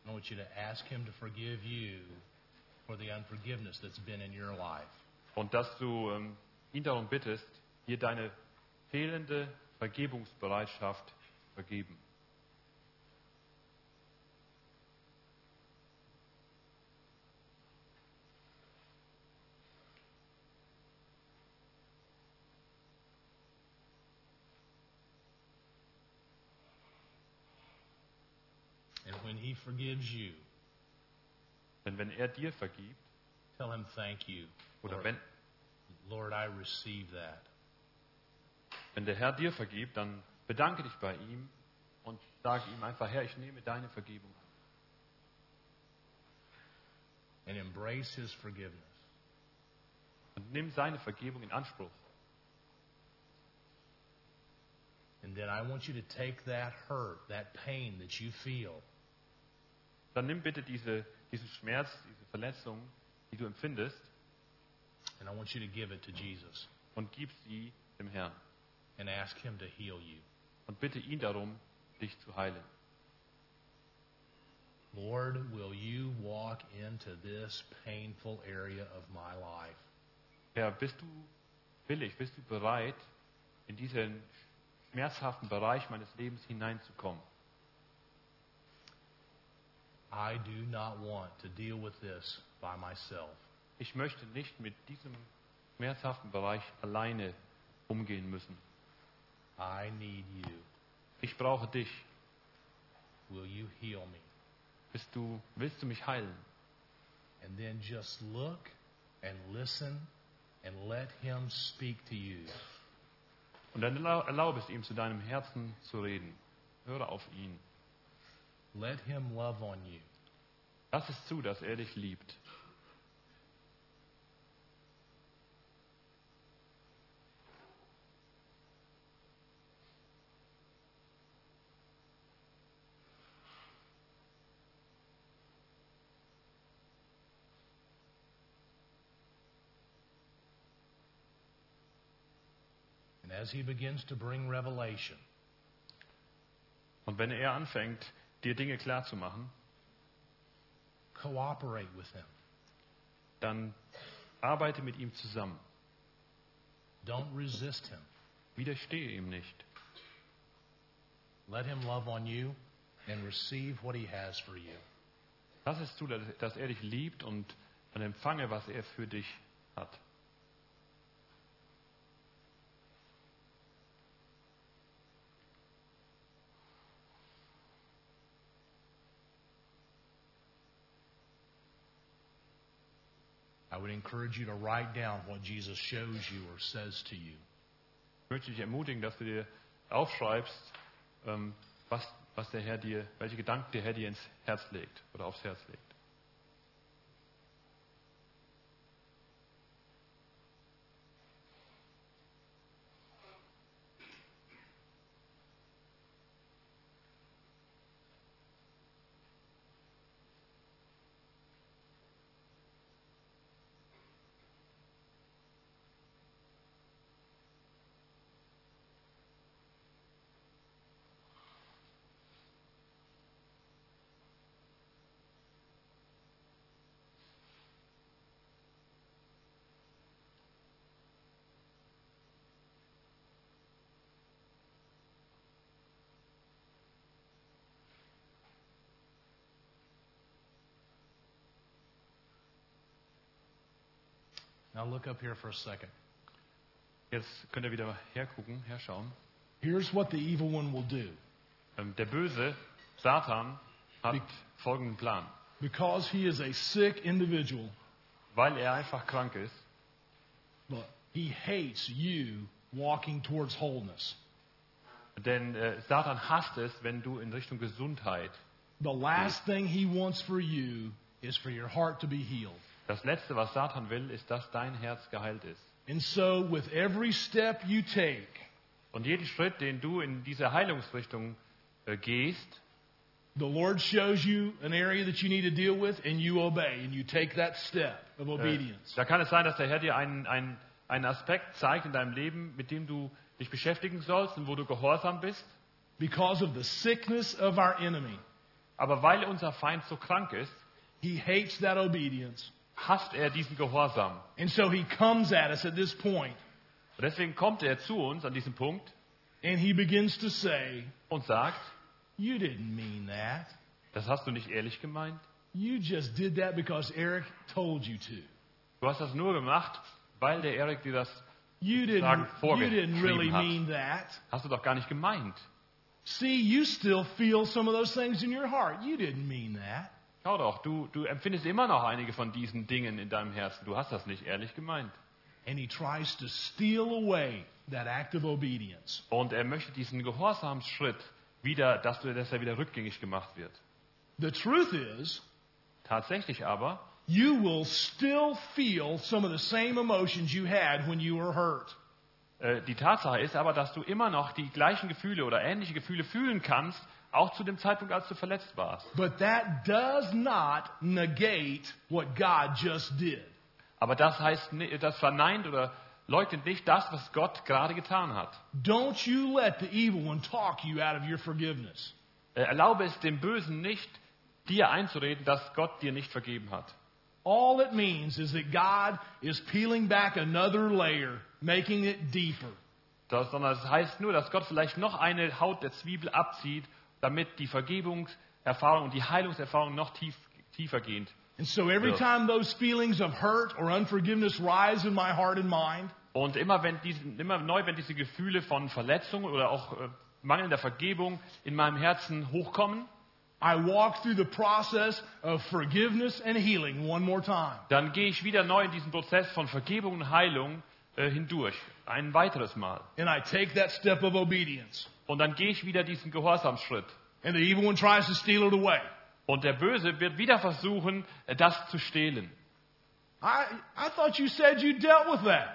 I want you to ask Him to forgive you for the unforgiveness that's been in your life.
und dass du ähm, ihn darum bittest, dir deine fehlende Vergebungsbereitschaft zu vergeben.
And when He forgives you,
Denn wenn er dir vergibt,
tell Him thank you.
oder
Lord,
wenn,
Lord, I receive that.
wenn der Herr dir vergibt, dann bedanke dich bei ihm und sage ihm einfach, Herr, ich nehme deine Vergebung an
and embrace His forgiveness.
und nimm seine Vergebung in Anspruch.
And then I want you to take that hurt, that pain that you feel,
Dann nimm bitte diese, diesen Schmerz, diese Verletzung, die du empfindest,
and I want you to give it to Jesus
und gib sie dem Herrn.
and ask Him to heal you.
Und bitte ihn darum, dich zu heilen.
Lord, will you walk into this painful area of my life?
Herr, bist du willig, bist du bereit, in diesen schmerzhaften Bereich meines Lebens hineinzukommen?
I do not want to deal with this by myself.
Ich möchte nicht mit diesem schmerzhaften Bereich alleine umgehen müssen.
I need you.
Ich brauche dich.
Will you heal me?
Bist du, willst du mich heilen?
And then just look and listen and let Him speak to you.
Und dann erlau- erlaube es ihm, zu deinem Herzen zu reden. Höre auf ihn.
Let Him love on you.
Lass es zu, dass er dich liebt.
And as He begins to bring revelation,
Und wenn er anfängt, dir Dinge klarzumachen,
cooperate with Him.
dann arbeite mit ihm zusammen.
Don't resist Him.
Widerstehe ihm nicht.
Let Him love on you and receive what He has for you.
Lass es zu, dass- dass er dich liebt und, und empfange, was er für dich hat.
I would encourage you to write down what Jesus shows you or says to you.
Ich möchte dich ermutigen, dass du dir aufschreibst, ähm, was, was der Herr dir, welche Gedanken der Herr dir ins Herz legt oder aufs Herz legt.
Now look up here for a second.
Jetzt könnt ihr wieder hergucken, herschauen.
Here's what the evil one will do.
Ähm, der Böse, Satan, hat folgenden Plan.
Because he is a sick individual,
Weil er einfach krank ist,
look, he hates you walking towards wholeness.
denn äh, Satan hasst es, wenn du in Richtung Gesundheit.
The last thing he wants for you is for your heart to be healed.
Das Letzte, was Satan will, ist, dass dein Herz geheilt ist.
And so, with every step you take,
Und jeden Schritt, den du in diese Heilungsrichtung äh, gehst,
the Lord shows you an area that you need to deal with, and you obey, and you take that step of
äh,
obedience.
da kann es sein, dass der Herr dir einen, einen, einen Aspekt zeigt in deinem Leben, mit dem du dich beschäftigen sollst und wo du gehorsam bist.
Because of the sickness of our enemy,
Aber weil unser Feind so krank ist,
he hates that obedience.
hasst er diesen Gehorsam.
And so he comes at us at this point,
Und deswegen kommt er zu uns an diesem Punkt
and he begins to say,
und sagt,
You didn't mean that.
das hast du nicht ehrlich gemeint.
You just did that because Eric told you to.
Du hast das nur gemacht, weil der Erik dir das,
You didn't,
Sagen,
you didn't
vorgeschrieben
really
hat.
mean that.
hast du doch gar nicht gemeint.
See, you still feel some of those things in your heart. You didn't mean that.
Schau doch, du, du empfindest immer noch einige von diesen Dingen in deinem Herzen. Du hast das nicht ehrlich gemeint.
And he tries to steal away that act of obedience.
Und er möchte diesen Gehorsamsschritt wieder, dass, du, dass er wieder rückgängig gemacht wird.
The truth is,
Tatsächlich aber
you will still feel some of the same emotions you had when you were hurt.
Äh, die Tatsache ist aber, dass du immer noch die gleichen Gefühle oder ähnliche Gefühle fühlen kannst, auch zu dem Zeitpunkt, als du verletzt warst.
But that does not negate what God just did.
Aber das heißt, ni- das verneint oder leugnet nicht das, was Gott gerade getan hat.
Don't you let the evil one talk you out of your forgiveness.
Äh, Erlaube es dem Bösen nicht, dir einzureden, dass Gott dir nicht vergeben hat.
All it means is that God is peeling back another layer, making it deeper.
Das, sondern es heißt nur, dass Gott vielleicht noch eine Haut der Zwiebel abzieht, damit die Vergebungserfahrung und die Heilungserfahrung noch tief, tiefer gehend
And so every
Yeah.
time those feelings of hurt or unforgiveness rise in my heart and mind,
Und immer, wenn diese, immer neu, wenn diese Gefühle von Verletzung oder auch äh, mangelnder Vergebung in meinem Herzen hochkommen,
I walk through the process of forgiveness and healing one more time.
dann gehe ich wieder neu in diesen Prozess von Vergebung und Heilung äh, hindurch. Ein weiteres Mal.
And I take that step of obedience.
Und dann gehe ich wieder diesen Gehorsamsschritt.
And the evil one tries to steal it away.
Und der Böse wird wieder versuchen, äh, das zu stehlen.
I, I thought you said you dealt with that.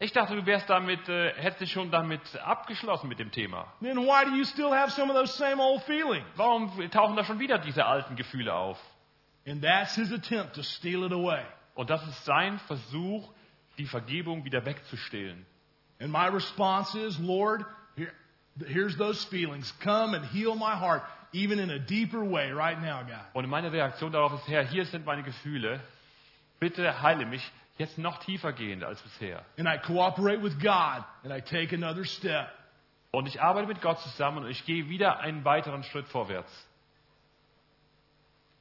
Ich dachte, du wärst damit, äh, hättest dich schon damit abgeschlossen mit dem Thema.
Then why do you still have some of those same old feelings?
Warum tauchen da schon wieder diese alten Gefühle auf?
And that's his attempt to steal it away.
Und das ist sein Versuch, die Vergebung wieder wegzustehlen.
And my response is, Lord, here, here's those feelings. Come and heal my heart, even in a deeper way right now, God.
Und meine Reaktion darauf ist, Herr, hier sind meine Gefühle. Bitte heile mich jetzt noch tiefer gehend als bisher.
And I cooperate with God and I take another step.
Und ich arbeite mit Gott zusammen und ich gehe wieder einen weiteren Schritt vorwärts.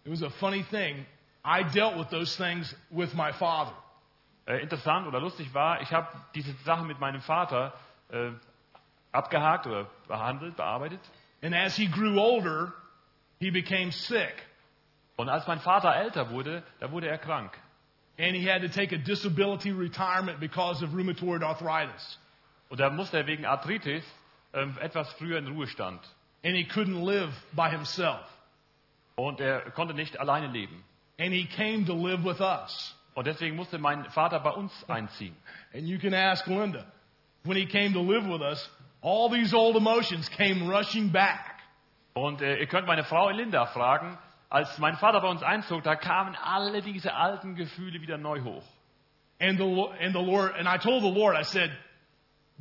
It was a funny thing. I dealt with those things with my father.
Äh, interessant oder lustig war, ich habe diese Sache mit meinem Vater äh, abgehakt oder behandelt, bearbeitet.
And as he grew older, he became sick.
Und als mein Vater älter wurde, da wurde er krank.
And he had to take a disability retirement because of rheumatoid arthritis.
Und da musste er wegen Arthritis ähm, etwas früher in Ruhestand.
And he couldn't live by himself.
Und er konnte nicht alleine leben.
And he came to live with us.
Und deswegen musste mein Vater bei uns einziehen.
And you can ask Linda, when he came to live with us, all these old emotions came rushing back.
Und äh, ihr könnt meine Frau Linda fragen, als mein Vater bei uns einzog, da kamen alle diese alten Gefühle wieder neu hoch.
And the, Lo- and the Lord, and I told the Lord, I said,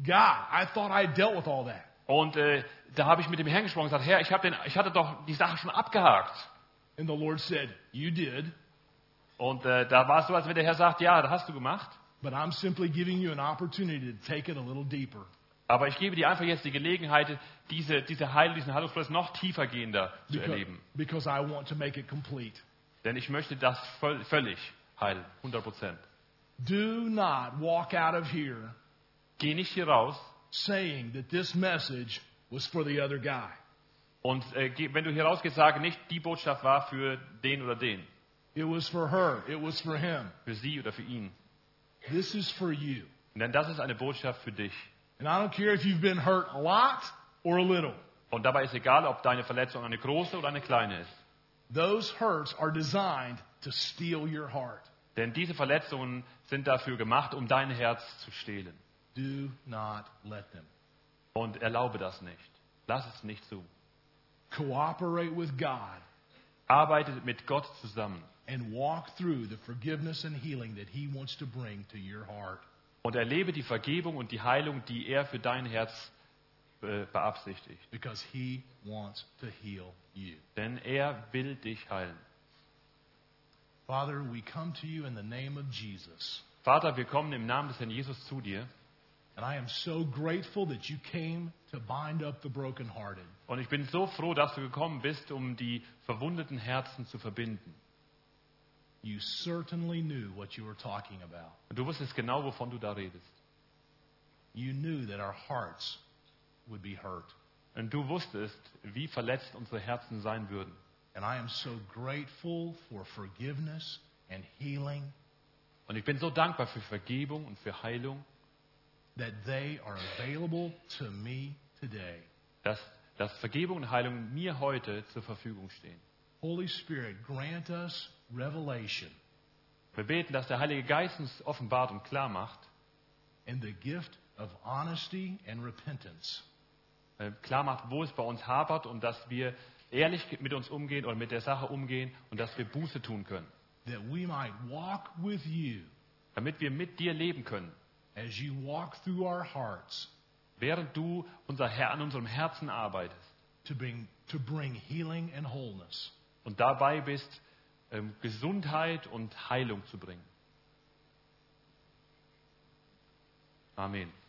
God, I thought I dealt with all that.
Und äh, da habe ich mit dem Herrn gesprochen und gesagt, Herr, ich, hab den, ich hatte doch die Sache schon abgehakt.
And the Lord said, You did,
Und äh, da war es so, als wenn der Herr sagt, ja, das hast du gemacht.
but I'm simply giving you an opportunity to take it a little deeper.
Aber ich gebe dir einfach jetzt die Gelegenheit, diese, diese Heil, diesen Heilungsprozess noch tiefergehender zu
Because,
erleben.
because I want to make it complete.
Denn ich möchte das voll, völlig heilen, 100 Prozent.
Do not walk out of here
Geh nicht hier raus
saying that this message was for the other guy.
und äh, geh, wenn du hier rausgehst, sage nicht, die Botschaft war für den oder den,
It was for her. It was for him.
für sie oder für ihn.
This is for you.
Denn das ist eine Botschaft für dich.
And I don't care if you've been hurt a lot or a little.
Und dabei ist egal, ob deine Verletzung eine große oder eine kleine ist.
Those hurts are designed to steal your heart.
Denn diese Verletzungen sind dafür gemacht, um dein Herz zu stehlen.
Do not let them.
Und erlaube das nicht. Lass es nicht zu.
Cooperate with God
Arbeite mit Gott zusammen
and walk through the forgiveness and healing that He wants to bring to your heart.
und erlebe die Vergebung und die Heilung, die er für dein Herz äh, beabsichtigt.
Because He wants to heal you.
Denn er will dich heilen.
Father, we come to you in the name of Jesus.
Vater, wir kommen im Namen des Herrn Jesus zu dir.
And I am so grateful that you came to bind up the brokenhearted.
Und ich bin so froh, dass du gekommen bist, um die verwundeten Herzen zu verbinden.
You certainly knew what you were talking about.
Und du wusstest genau, wovon du da redest.
You knew that our hearts would be hurt.
Und du wusstest, wie verletzt unsere Herzen sein würden.
And I am so grateful for forgiveness and healing
Und ich bin so dankbar für Vergebung und für Heilung,
that they are available to me today.
dass dass Vergebung und Heilung mir heute zur Verfügung stehen.
Holy Spirit, grant us revelation
Wir beten, dass der Heilige Geist uns offenbart und klar macht,
and the gift of honesty and repentance.
äh, klar macht, wo es bei uns hapert und dass wir ehrlich mit uns umgehen oder mit der Sache umgehen und dass wir Buße tun können,
that we might walk with you
damit wir mit dir leben können,
as you walk through our hearts
während du unser Herr an unserem Herzen arbeitest
to bring, to bring healing and wholeness.
und dabei bist, ähm, Gesundheit und Heilung zu bringen. Amen.